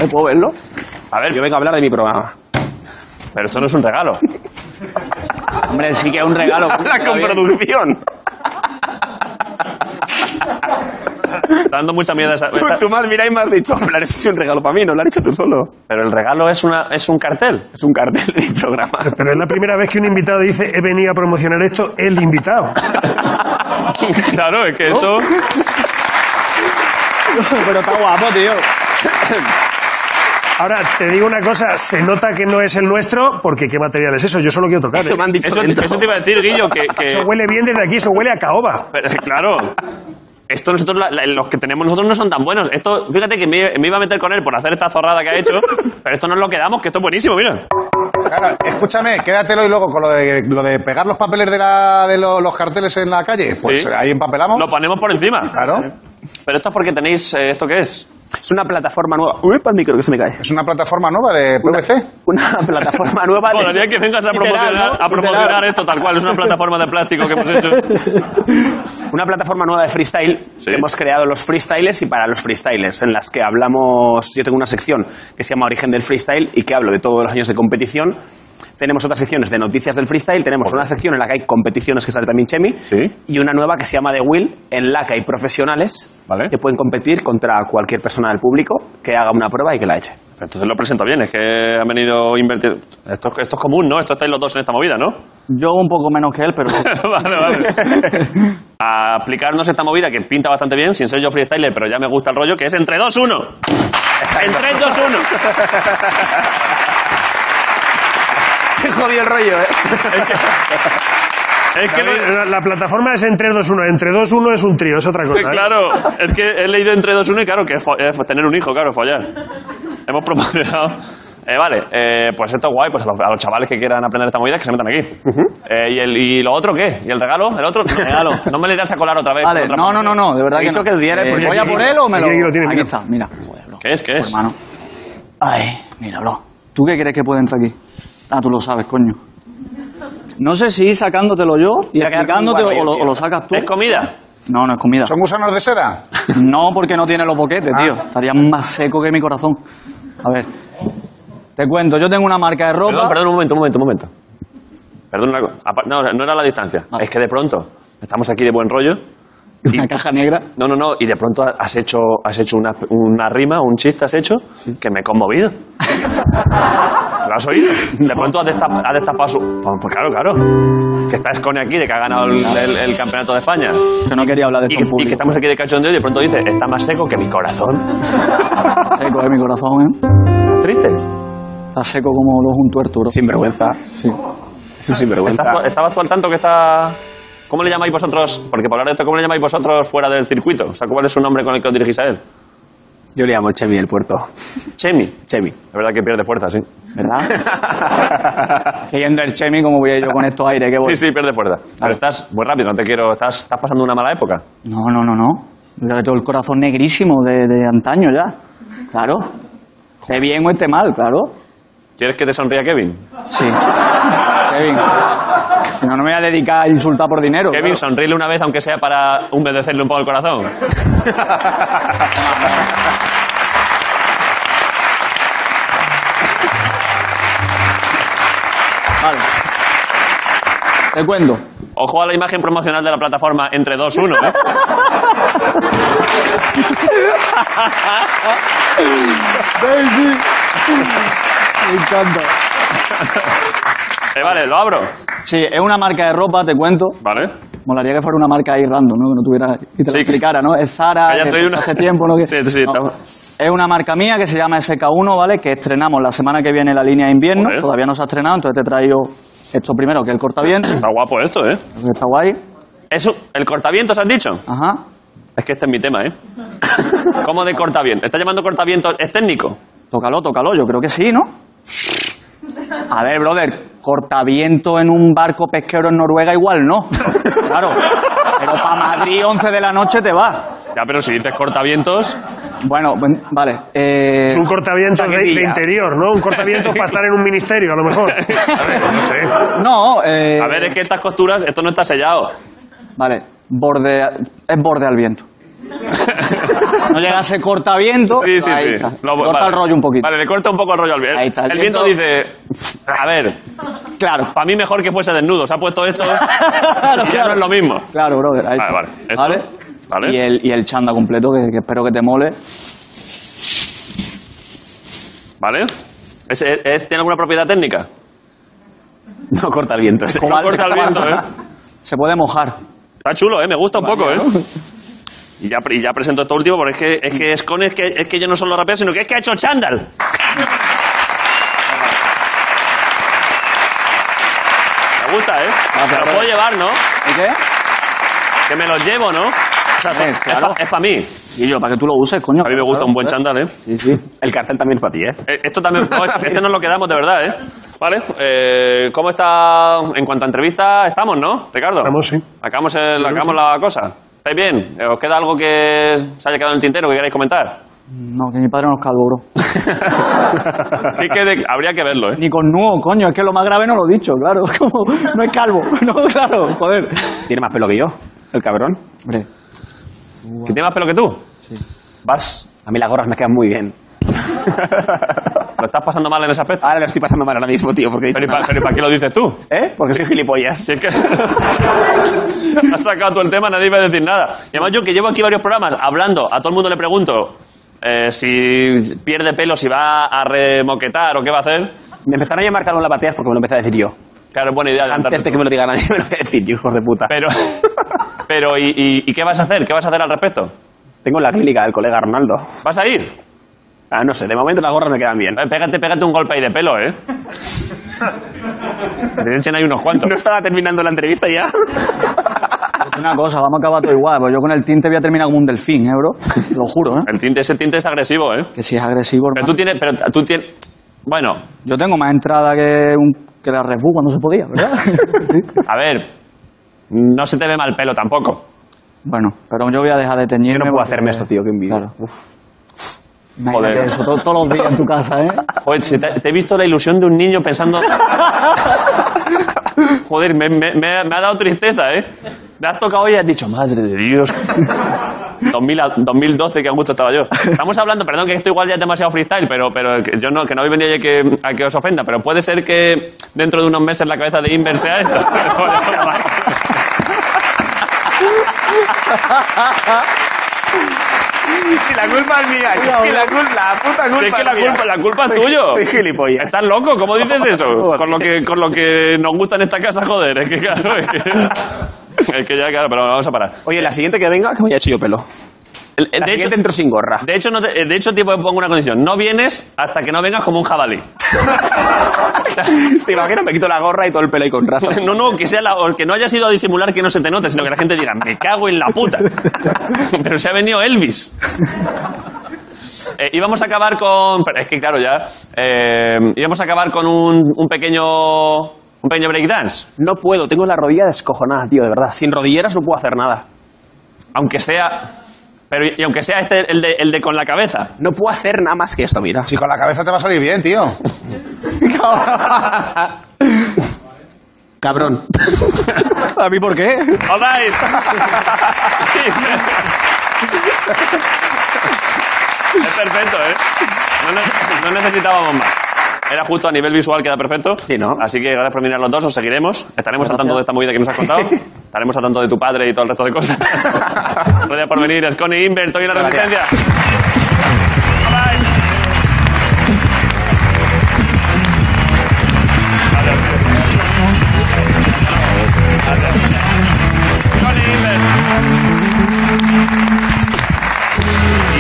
Speaker 6: Eh, ¿Puedo verlo?
Speaker 1: A ver,
Speaker 10: Yo vengo a hablar de mi programa.
Speaker 1: pero esto no es un regalo.
Speaker 6: Hombre, sí que es un regalo.
Speaker 1: Ah,
Speaker 10: Habla con producción.
Speaker 1: Pues Está dando mucha mierda esa...
Speaker 10: Tú,
Speaker 1: esa-
Speaker 10: tú más mira y me has dicho, en plan, eso es un regalo para mí, no lo has dicho tú solo.
Speaker 1: Pero el regalo es, una, es un cartel.
Speaker 10: Es un cartel de mi programa.
Speaker 3: Pero es la primera vez que un invitado dice, he venido a promocionar esto, el invitado.
Speaker 1: claro, es que esto...
Speaker 6: Pero está guapo, tío.
Speaker 3: Ahora, te digo una cosa, se nota que no es el nuestro, porque ¿qué material es eso? Yo solo quiero tocar. ¿eh?
Speaker 10: Eso me han dicho
Speaker 1: Eso,
Speaker 10: dentro.
Speaker 1: eso te iba a decir, Guillo, que... que-
Speaker 3: Eso huele bien desde aquí, eso huele a caoba.
Speaker 1: pero, claro. Esto nosotros, la- la- los que tenemos nosotros no son tan buenos. Esto, fíjate que me, me iba a meter con él por hacer esta zorrada que ha hecho, pero esto nos lo quedamos, que esto es buenísimo, mira.
Speaker 4: Claro, escúchame, quédatelo y luego con lo de, lo de pegar los papeles de, la, de lo- los carteles en la calle, pues
Speaker 1: Sí.
Speaker 4: ahí empapelamos.
Speaker 1: Lo ponemos por encima.
Speaker 4: Claro.
Speaker 1: Pero esto es porque tenéis. eh, ¿Esto qué es?
Speaker 10: Es una plataforma nueva. Uy, el micro que se me cae.
Speaker 4: Es una plataforma nueva de PVC.
Speaker 10: Una plataforma nueva de.
Speaker 1: Bueno, el día que vengas a
Speaker 10: Literal,
Speaker 1: promocionar,
Speaker 10: ¿no?
Speaker 1: a promocionar
Speaker 10: Literal.
Speaker 1: esto tal cual, es una plataforma de plástico que hemos hecho.
Speaker 10: Una plataforma nueva de freestyle que hemos creado los freestylers y para los freestylers, en las que hablamos. Yo tengo una sección que se llama Origen del Freestyle y que hablo de todos los años de competición. Tenemos otras secciones de noticias del freestyle, tenemos una sección en la que hay competiciones que sale también Chemi y una nueva que se llama The Will, en la que hay profesionales
Speaker 1: Vale.
Speaker 10: que pueden competir contra cualquier persona del público que haga una prueba y que la eche.
Speaker 1: Pero Entonces lo presento bien, es que han venido a invertir. Esto, esto es común, ¿no? Esto estáis los dos en esta movida, ¿no?
Speaker 6: Yo un poco menos que él, pero
Speaker 1: vale, vale. A aplicarnos esta movida que pinta bastante bien, sin ser yo freestyler, pero ya me gusta el rollo, que es entre 2-1. En 3-2-1.
Speaker 10: Qué jodido el rollo, ¿eh?
Speaker 1: Es que, no-
Speaker 3: La, la plataforma es en 3-2-1. Entre 2-1 es un trío, es otra cosa. ¿eh?
Speaker 1: claro, es que he leído entre 2-1 y claro, que es fo- es tener un hijo, claro, follar. Hemos promocionado. Eh, vale, eh, pues esto es guay, pues a los, a los chavales que quieran aprender esta movida que se metan aquí. Eh, ¿y, el, ¿Y lo otro qué? ¿Y el regalo? ¿El otro? No, No me le irás a colar otra vez.
Speaker 6: Vale,
Speaker 1: otra
Speaker 6: no, no, no, no, de verdad
Speaker 10: He
Speaker 6: que
Speaker 10: dicho
Speaker 6: no. Eh,
Speaker 10: que diera, porque
Speaker 6: ¿Voy a
Speaker 3: aquí-
Speaker 6: por él o me lo...?
Speaker 3: aquí lo tiene,
Speaker 6: Aquí
Speaker 3: mira.
Speaker 6: está, mira. Joder, bro,
Speaker 1: ¿Qué es? ¿Qué es?
Speaker 6: hermano. Ay, mira, bro. ¿Tú qué crees que puede entrar aquí? Ah, tú lo sabes, coño. No sé si ir sacándotelo yo y
Speaker 10: Voy a quedar como un
Speaker 6: explicándote o
Speaker 10: guarro
Speaker 6: lo,
Speaker 10: yo,
Speaker 6: o lo
Speaker 10: tío.
Speaker 6: sacas tú.
Speaker 1: ¿Es comida?
Speaker 6: No, no es comida.
Speaker 4: ¿Son gusanos de seda?
Speaker 6: No, porque no tiene los boquetes, tío. Estaría más seco que mi corazón. A ver, te cuento, yo tengo una marca de ropa.
Speaker 1: Perdón, perdón, un momento, un momento, un momento. Perdón, una co- apa- no, no era la distancia.
Speaker 6: Ah.
Speaker 1: Es que de pronto estamos aquí de buen rollo.
Speaker 6: y Una caja negra.
Speaker 1: No, no, no. Y de pronto has hecho, has hecho una, una rima, un chiste has hecho que me he conmovido. ¿Lo has oído? De pronto has destap- has destapado, su... Pues, pues claro, claro. Que está Escone aquí de que ha ganado el, el- el campeonato de España.
Speaker 6: Que no quería hablar de
Speaker 1: Y,
Speaker 6: esto en
Speaker 1: y que
Speaker 6: público.
Speaker 1: estamos aquí de cachondeo y de pronto dice, está más seco que mi corazón.
Speaker 6: seco de mi corazón, ¿eh?
Speaker 1: ¿Estás triste?
Speaker 6: Está seco como los un tuerto, bro.
Speaker 10: Sinvergüenza.
Speaker 6: Sí.
Speaker 10: Es un sinvergüenza.
Speaker 1: ¿Estás tú- ¿Estabas tú al tanto que está.? ¿Cómo le llamáis vosotros? Porque para hablar de esto, ¿cómo le llamáis vosotros fuera del circuito? O sea, ¿cuál es su nombre con el que os dirigís a él?
Speaker 10: Yo le llamo Chemi del puerto.
Speaker 1: Chemi. Es
Speaker 10: Chemi.
Speaker 1: verdad que pierde fuerza, sí.
Speaker 6: ¿Verdad? y en el Chemi, como voy a ir yo con estos aires que voy.
Speaker 1: Sí, sí, pierde fuerza. Pero estás muy rápido, no te quiero. Estás, estás pasando una mala época.
Speaker 6: No, no, no, no. Yo que tengo el corazón negrísimo de, de antaño ya. Claro. Esté bien o esté mal, claro.
Speaker 1: ¿Quieres que te sonría Kevin?
Speaker 6: Sí. Kevin. Si no, no me voy a dedicar a insultar por dinero.
Speaker 1: Kevin,
Speaker 6: claro.
Speaker 1: sonríele una vez, aunque sea para humedecerle un poco el corazón.
Speaker 6: Vale. Te cuento.
Speaker 1: Ojo a la imagen promocional de la plataforma entre 2-1, ¿eh?
Speaker 6: Me encanta.
Speaker 1: Eh, Vale, lo abro.
Speaker 6: Sí, es una marca de ropa, te cuento.
Speaker 1: Vale.
Speaker 6: Molaría que fuera una marca ahí random, ¿no? Que no tuviera... Y te
Speaker 1: Sí.
Speaker 6: lo explicara, ¿no? Es Zara,
Speaker 1: Que haya
Speaker 6: que
Speaker 1: traído una-
Speaker 6: hace tiempo, ¿no? Que...
Speaker 1: Sí, sí,
Speaker 6: no.
Speaker 1: estamos-
Speaker 6: Es una marca mía que se llama SK1, ¿vale? Que estrenamos la semana que viene la línea de invierno.
Speaker 1: Joder.
Speaker 6: Todavía no se ha estrenado, entonces te he traído esto primero, que es el cortaviento.
Speaker 1: Está guapo esto, ¿eh?
Speaker 6: que está guay.
Speaker 1: Eso, el cortavientos has dicho.
Speaker 6: Ajá.
Speaker 1: Es que este es mi tema, ¿eh? ¿Cómo de cortaviento? ¿Está llamando cortaviento? ¿Es técnico?
Speaker 6: Tócalo, tócalo, yo creo que sí, ¿no? A ver, brother, cortaviento en un barco pesquero en Noruega igual no. Claro. Pero para Madrid 11 de la noche te va.
Speaker 1: Ya, pero si dices cortavientos.
Speaker 6: Bueno, buen- vale. eh,
Speaker 3: Es un cortavientos de, de
Speaker 6: Chaquetilla.
Speaker 3: interior, ¿no? Un cortavientos para estar en un ministerio, a lo mejor. A ver, no sé.
Speaker 6: No, eh,
Speaker 1: A ver, es que estas costuras, esto no está sellado.
Speaker 6: Vale, borde, es borde al viento. No llega a ser cortaviento.
Speaker 1: Sí, sí,
Speaker 6: ahí
Speaker 1: sí.
Speaker 6: está.
Speaker 1: Lo-
Speaker 6: Corta
Speaker 1: vale.
Speaker 6: el rollo un poquito.
Speaker 1: Vale, le corta un poco el rollo al viento.
Speaker 6: Ahí está,
Speaker 1: el,
Speaker 6: el
Speaker 1: viento,
Speaker 6: viento-
Speaker 1: dice. A ver,
Speaker 6: Claro.
Speaker 1: para mí mejor que fuese desnudo. Se ha puesto esto.
Speaker 6: Claro,
Speaker 1: y ya
Speaker 6: claro.
Speaker 1: no es lo mismo.
Speaker 6: Claro, brother. ahí
Speaker 1: Vale,
Speaker 6: está.
Speaker 1: vale. Esto,
Speaker 6: ¿Vale?
Speaker 1: vale.
Speaker 6: Y, el, y el chanda completo, que, que espero que te mole.
Speaker 1: ¿Vale? ¿Es- es- es- tiene alguna propiedad técnica?
Speaker 10: No corta el viento. ese.
Speaker 1: No corta el viento, ¿eh?
Speaker 6: Se puede mojar.
Speaker 1: Está chulo, ¿eh? Me gusta un poco, ¿eh? Y ya, y ya presento esto último porque es que es que Escone es que, es que yo no solo rapeo, sino que es que ha hecho chándal. Me gusta, ¿eh? Me lo puedo llevar, ¿no?
Speaker 6: ¿Y qué?
Speaker 1: Que me lo llevo, ¿no? sea, es para mí.
Speaker 6: Y yo, para que tú lo uses, coño.
Speaker 1: A mí me gusta un buen chándal, ¿eh?
Speaker 6: Sí, sí.
Speaker 10: El cartel también es para ti, ¿eh?
Speaker 1: Eh, Esto también. no, este este nos lo quedamos de verdad, ¿eh? Vale. eh, ¿Cómo está. En cuanto a entrevista, estamos, ¿no, Ricardo?
Speaker 3: Estamos, sí.
Speaker 1: Acabamos, el- acabamos la cosa. ¿Estáis bien? Eh, ¿Os queda algo que se haya quedado en el tintero que queráis comentar?
Speaker 6: No, que mi padre no es calvo, bro.
Speaker 1: Sí que de- habría que verlo, ¿eh?
Speaker 6: Ni con nuevo, coño. Es que lo más grave no lo he dicho, claro. Como, no es calvo. No, claro, joder.
Speaker 10: Tiene más pelo que yo, el cabrón.
Speaker 6: Hombre,
Speaker 1: ¿Que tiene más pelo que tú?
Speaker 10: A mí las gorras me quedan muy bien.
Speaker 1: ¿Lo estás pasando mal en ese aspecto?
Speaker 10: Ahora lo estoy pasando mal ahora mismo, tío, porque he dicho
Speaker 1: Pero ¿y para,
Speaker 10: Ah, nada.
Speaker 1: pero ¿y para qué lo dices tú?
Speaker 10: ¿Eh? Porque soy gilipollas.
Speaker 1: Si es que has sacado tú el tema, nadie va a decir nada. Y además yo que llevo aquí varios programas hablando, a todo el mundo le pregunto eh, si pierde pelo, si va a remoquetar o qué va a hacer.
Speaker 10: Me empezaron a llamar Carlos Lapateas porque me lo empecé a decir yo.
Speaker 1: Claro, es buena idea.
Speaker 10: Antes
Speaker 1: adelantarte
Speaker 10: de que
Speaker 1: tú.
Speaker 10: me lo diga nadie, me lo voy a decir yo, hijos de puta.
Speaker 1: Pero, pero ¿y, y, y qué vas a hacer? ¿Qué vas a hacer al respecto?
Speaker 10: Tengo la clínica del colega Arnaldo.
Speaker 1: ¿Vas a ir?
Speaker 10: Ah, no sé, de momento las gorras me quedan bien.
Speaker 1: Eh, Pégate, pégate un golpe ahí de pelo, ¿eh? Te echen ahí unos cuantos.
Speaker 10: No estaba terminando la entrevista ya.
Speaker 6: una cosa, vamos a acabar todo igual. Pues yo con el tinte voy a terminar como un delfín, ¿eh, bro? Lo juro, ¿eh?
Speaker 1: El tinte, ese tinte es agresivo, ¿eh?
Speaker 6: Que si es agresivo,
Speaker 1: Pero
Speaker 6: hermano.
Speaker 1: tú tienes... Pero tú tienes bueno,
Speaker 6: Yo tengo más entrada que, un, que la Red Bull cuando se podía, ¿verdad? Sí.
Speaker 1: a ver... No se te ve mal pelo tampoco.
Speaker 6: Bueno, pero yo voy a dejar de teñirme.
Speaker 10: Yo no puedo
Speaker 6: porque-
Speaker 10: hacerme esto, tío, que envidia.
Speaker 6: Claro.
Speaker 10: Uf.
Speaker 6: Imagínate
Speaker 1: Joder.
Speaker 6: eso, todo- todos los días en tu casa, ¿eh?
Speaker 1: Joder, si te, te he visto la ilusión de un niño pensando. Joder, me, me- me- me ha dado tristeza, ¿eh? Me has tocado y has dicho, madre de Dios. 2000 a- 2012, que a gusto estaba yo. Estamos hablando, perdón, que esto igual ya es demasiado freestyle, pero, pero que yo no, que no habéis venido ya que, a que os ofenda, pero puede ser que dentro de unos meses la cabeza de Inver sea esto. Joder, chaval.
Speaker 10: Si la culpa es mía, si la culpa, la puta culpa
Speaker 1: Si es que la culpa, la culpa es tuyo.
Speaker 10: Soy gilipollas.
Speaker 1: ¿Estás loco? ¿Cómo dices eso? con, lo que, con lo que nos gusta en esta casa, joder. Es que claro, es que, es que ya, claro, pero vamos a parar.
Speaker 10: Oye, la siguiente que venga, que me haya hecho yo pelo.
Speaker 1: El- el-
Speaker 10: La
Speaker 1: De hecho,
Speaker 10: siguiente entro sin gorra.
Speaker 1: de hecho, no te- eh, de hecho, tipo, pongo una condición. No vienes hasta que no vengas como un jabalí.
Speaker 10: Te imaginas, me quito la gorra y todo el pelo ahí con rastas.
Speaker 1: No, no, que sea la, o que no hayas ido a disimular que no se te note, sino que la gente diga, me cago en la puta. Pero se ha venido Elvis. Eh, íbamos a acabar con. pero Es que claro, ya. eh, íbamos a acabar con un, un pequeño. Un pequeño breakdance.
Speaker 10: No puedo, tengo la rodilla descojonada, tío, de verdad. Sin rodilleras no puedo hacer nada.
Speaker 1: Aunque sea. Pero y aunque sea este el de, el de con la cabeza.
Speaker 10: No puedo hacer nada más que esto, mira.
Speaker 4: Si con la cabeza te va a salir bien, tío.
Speaker 10: Cabrón.
Speaker 6: ¿A mí por qué?
Speaker 1: All right. es perfecto, ¿eh? No, ne- no necesitábamos más. Era justo a nivel visual, queda perfecto.
Speaker 10: Sí, ¿no?
Speaker 1: Así que gracias por mirar los dos, os seguiremos. Estaremos al tanto de esta movida que nos has contado. Estaremos al tanto de tu padre y todo el resto de cosas. gracias por venir, Sconi Inver, Toy la Resistencia. All right.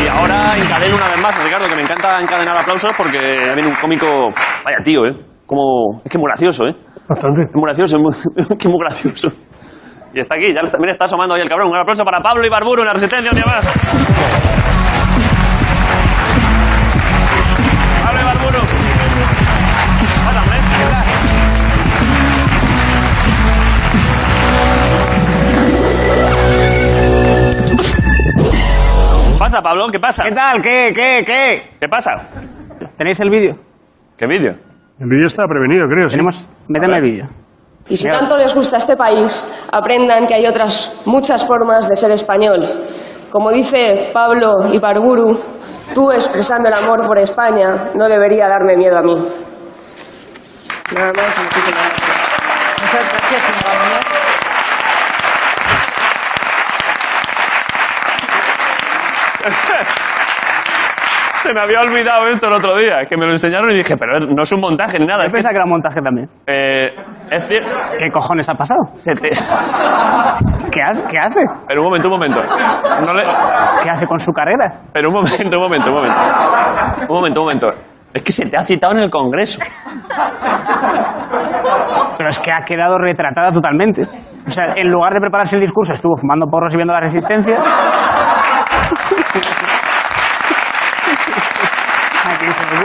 Speaker 1: Y ahora encadeno una vez más, Ricardo, que me encanta encadenar aplausos porque ha venido un cómico. Vaya tío, ¿eh? Como, es que muy gracioso, ¿eh?
Speaker 3: Bastante.
Speaker 1: Es muy gracioso, es muy- es que muy gracioso. Y está aquí, ya también está asomando ahí el cabrón. Un aplauso para Pablo Ibarburu, una resistencia un día más. Pablo Ibarburu. Hola, hombre, ¿qué tal? ¿Qué pasa, Pablo? ¿Qué pasa?
Speaker 10: ¿Qué tal? ¿Qué, qué, qué?
Speaker 1: ¿Qué pasa?
Speaker 10: ¿Tenéis el vídeo?
Speaker 1: ¿Qué vídeo?
Speaker 3: El vídeo está prevenido, creo. sí.
Speaker 10: Tenemos. Méteme el vídeo.
Speaker 11: Y si tanto les gusta este país, aprendan que hay otras muchas formas de ser español. Como dice Pablo Ibarburu, tú expresando el amor por España no debería darme miedo a mí. Nada más. y muchísimas gracias.
Speaker 1: Se me había olvidado esto el otro día, que me lo enseñaron y dije, pero no es un montaje ni nada.
Speaker 10: Yo
Speaker 1: es que-
Speaker 10: pensaba que era un montaje también.
Speaker 1: Eh, es cierto.
Speaker 10: ¿Qué cojones ha pasado?
Speaker 1: Se te-
Speaker 10: ¿Qué, ha- qué hace?
Speaker 1: Pero un momento, un momento. No le-
Speaker 10: ¿Qué hace con su carrera?
Speaker 1: Pero un momento, un momento, un momento. Un momento, un momento. Es que se te ha citado en el Congreso.
Speaker 12: Pero es que ha quedado retratada totalmente. O sea, en lugar de prepararse el discurso, estuvo fumando porros y viendo la resistencia.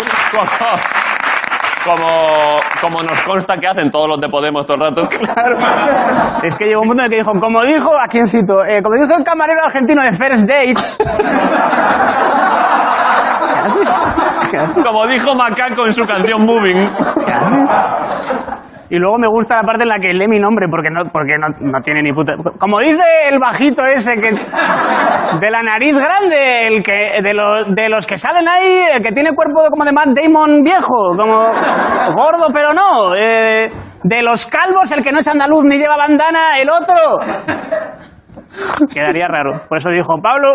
Speaker 1: Como, como nos consta que hacen todos los de Podemos todo el rato.
Speaker 12: Es que llegó un punto en el que dijo, como dijo, ¿a quién cito? Eh, como dijo el camarero argentino de First Dates.
Speaker 1: Como dijo Macaco en su canción Moving.
Speaker 12: Y luego me gusta la parte en la que lee mi nombre porque no, porque no, no tiene ni puta. Como dice el bajito ese que. De la nariz grande, el que, de, los, de los que salen ahí, el que tiene cuerpo como de Matt Damon viejo, como gordo pero no. eh, de los calvos, el que no es andaluz ni lleva bandana, el otro. Quedaría raro. Por eso dijo Pablo.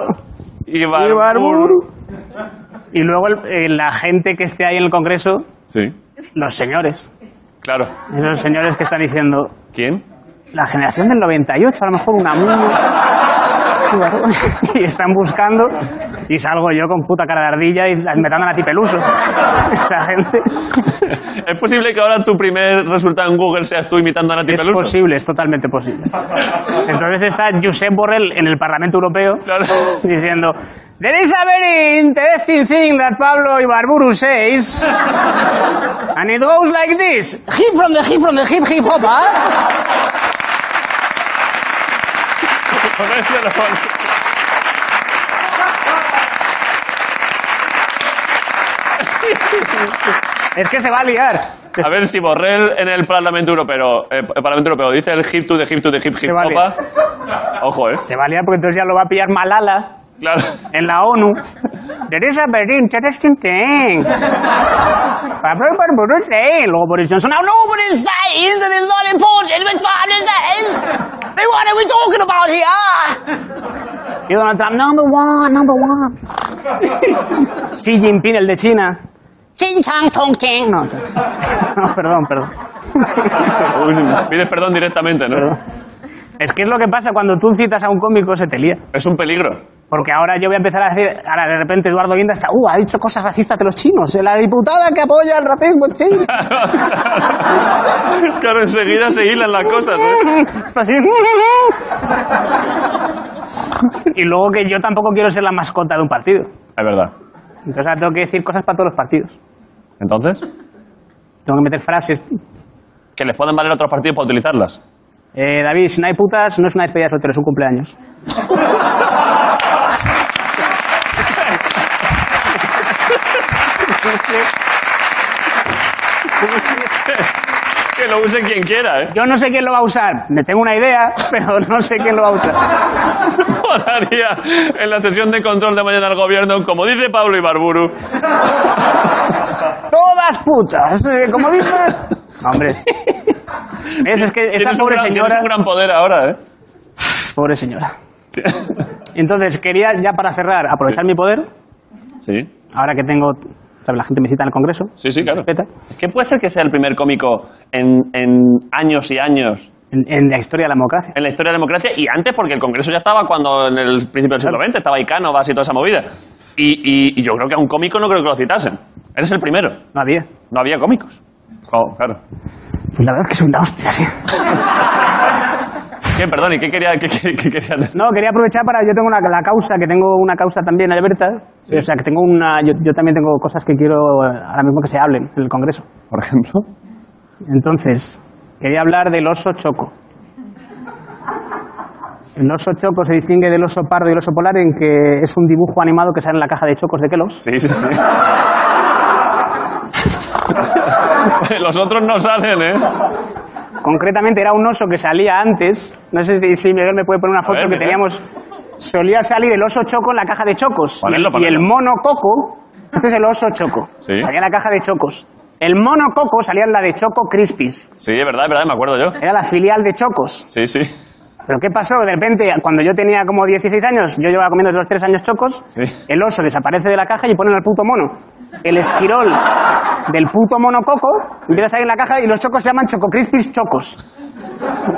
Speaker 1: Ibarburu.
Speaker 12: Y luego el- eh, la gente que esté ahí en el Congreso,
Speaker 1: Sí,
Speaker 12: los señores.
Speaker 1: claro.
Speaker 12: Esos señores que están diciendo,
Speaker 1: ¿Quién?
Speaker 12: la generación del 98, a lo mejor una mu- Y están buscando, y salgo yo con puta cara de ardilla y metando a Pipeluso. Esa gente.
Speaker 1: ¿Es posible que ahora tu primer resultado en Google seas tú imitando a Nati
Speaker 12: Es
Speaker 1: Peluso?
Speaker 12: posible, es totalmente posible. Entonces está Josep Borrell en el Parlamento Europeo diciendo: There is a very interesting thing that Pablo Ibarburu says. And it goes like this: Hip from the hip from the hip hip hop, ¿ah? Es que se va a liar.
Speaker 1: A ver si Borrell en el Parlamento Europeo, eh, el Parlamento Europeo dice el hip to the hip to the hip hip
Speaker 12: Se va a liar.
Speaker 1: hopa. Ojo, eh.
Speaker 12: Se va a liar porque entonces ya lo va a pillar Malala. En la ONU. There is a very interesting thing. Pablo Ibarburu says. Luego Boris Johnson. "Oh, no,
Speaker 13: Nobody says that it's not important, but Father says. Then what are we talking about here?
Speaker 12: Y Donald Trump, number one, number one. Xi Jinping, el de China.
Speaker 13: Ching chang tong ting.
Speaker 12: No, no, perdón, perdón.
Speaker 1: Uy, Pides perdón directamente, ¿no?
Speaker 12: Es que es lo que pasa cuando tú citas a un cómico, se te lía.
Speaker 1: Es un peligro.
Speaker 12: Porque ahora yo voy a empezar a decir, ahora de repente Eduardo Guinda está, uh, ha dicho cosas racistas de los chinos, la diputada que apoya el racismo chino.
Speaker 1: Claro, enseguida se hilan las cosas, ¿eh?
Speaker 12: Así. Y luego que yo tampoco quiero ser la mascota de un partido.
Speaker 1: Es verdad.
Speaker 12: Entonces ahora tengo que decir cosas para todos los partidos.
Speaker 1: Entonces,
Speaker 12: Tengo que meter frases.
Speaker 1: que les pueden valer a otros partidos para utilizarlas.
Speaker 12: Eh, David, si no hay putas, no es una despedida de soltero, es un cumpleaños.
Speaker 1: que lo use quien quiera, ¿eh?
Speaker 12: Yo no sé quién lo va a usar. Me tengo una idea, pero no sé quién lo va a usar.
Speaker 1: Molaría en la sesión de control de mañana al gobierno, como dice Pablo Ibarburu.
Speaker 12: Todas putas, eh, como dice. No, hombre. ¿Ves? Es que esa
Speaker 1: Tienes un
Speaker 12: pobre
Speaker 1: gran-
Speaker 12: señora.
Speaker 1: tienes un gran poder ahora, ¿eh?
Speaker 12: Pobre señora. Entonces, quería ya para cerrar aprovechar mi poder.
Speaker 1: Sí.
Speaker 12: Ahora que tengo. ¿sabes? La gente me cita en el Congreso.
Speaker 1: Sí, sí, claro.
Speaker 12: Respeta.
Speaker 1: ¿Qué puede ser que sea el primer cómico en, en años y años?
Speaker 12: En, en la historia de la democracia.
Speaker 1: En la historia de la democracia y antes porque el Congreso ya estaba cuando en el principio del siglo XX estaba ahí Cánovas y toda esa movida. Y, y- y yo creo que a un cómico no creo que lo citasen. Eres el primero.
Speaker 12: No había.
Speaker 1: No había cómicos. Jo, claro.
Speaker 12: Pues la verdad es que es una hostia, sí.
Speaker 1: ¿Qué, perdón, ¿y qué quería, qué, qué- qué quería decir?
Speaker 12: No, quería aprovechar para. Yo tengo una, la causa, que tengo una causa también, Alberta. O sea, que tengo una. Yo, yo también tengo cosas que quiero eh, ahora mismo que se hablen en el Congreso.
Speaker 1: Por ejemplo.
Speaker 12: Entonces, quería hablar del oso choco. El oso choco se distingue del oso pardo y el oso polar en que es un dibujo animado que sale en la caja de chocos de Kellogg's.
Speaker 1: Sí, sí, sí. Los otros no salen, ¿eh?
Speaker 12: Concretamente era un oso que salía antes. No sé si- si Miguel me puede poner una foto
Speaker 1: ver,
Speaker 12: que
Speaker 1: Miguel.
Speaker 12: teníamos. Solía salir el oso choco en la caja de chocos.
Speaker 1: Ponedlo,
Speaker 12: y, y el
Speaker 1: ponedlo.
Speaker 12: mono coco. Este es el oso choco.
Speaker 1: Sí.
Speaker 12: Salía en la caja de chocos. El mono coco salía en la de Choco Crispies.
Speaker 1: Sí, es verdad, es verdad, me acuerdo yo.
Speaker 12: Era la filial de Chocos.
Speaker 1: Sí, sí.
Speaker 12: Pero ¿qué pasó? De repente, cuando yo tenía como 16 años, yo llevaba comiendo los 3 años chocos,
Speaker 1: Sí.
Speaker 12: el oso desaparece de la caja y ponen al puto mono. El esquirol del puto mono coco empieza a salir en la caja y los chocos se llaman Choco Crispis Chocos.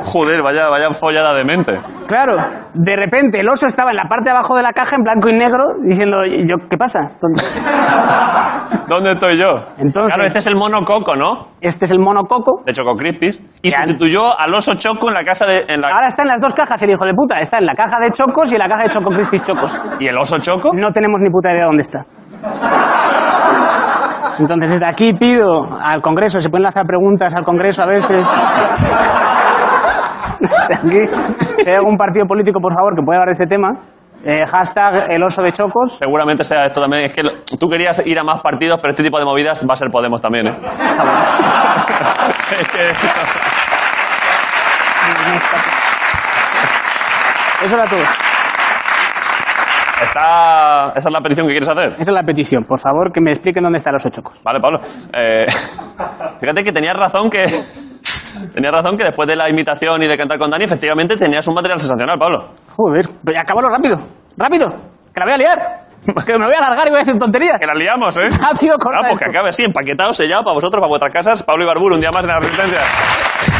Speaker 1: Joder, vaya, vaya follada de mente.
Speaker 12: Claro, de repente el oso estaba en la parte de abajo de la caja en blanco y negro diciendo, ¿y yo qué pasa?
Speaker 1: ¿Dónde estoy yo?
Speaker 12: Entonces-
Speaker 1: claro, este es el mono coco, ¿no?
Speaker 12: Este es el mono coco.
Speaker 1: De Choco Crispies. Y
Speaker 12: Que han-
Speaker 1: sustituyó al oso choco en la casa de. en la-
Speaker 12: Ahora está en las dos cajas el hijo de puta. Está en la caja de chocos y en la caja de choco crispis chocos.
Speaker 6: Ah.
Speaker 1: ¿Y el oso choco?
Speaker 12: No tenemos ni puta idea dónde está. Entonces desde aquí pido al Congreso, se pueden lanzar preguntas al Congreso a veces. Desde aquí, si hay algún partido político, por favor, que pueda hablar de este tema. eh, hashtag el oso de chocos.
Speaker 1: Seguramente sea esto también. Es que lo- tú querías ir a más partidos, pero este tipo de movidas va a ser Podemos también, ¿eh?
Speaker 12: Eso era todo.
Speaker 1: Está... Esa es la petición que quieres hacer.
Speaker 12: Esa es la petición, por favor, que me expliquen dónde están los ocho chocos.
Speaker 1: Vale, Pablo. Eh, fíjate que tenías razón que. Tenías razón que después de la imitación y de cantar con Dani, efectivamente tenías un material sensacional, Pablo.
Speaker 12: Joder, pero Pues acábalo rápido, rápido, que la voy a liar, que me voy a alargar y voy a decir tonterías.
Speaker 1: Que la liamos, ¿eh?
Speaker 12: Rápido, corta
Speaker 1: Ah, pues que
Speaker 12: esto.
Speaker 1: acabe así, empaquetado, sellado para vosotros, para vuestras casas. Pablo Ibarbur, un día más en la resistencia.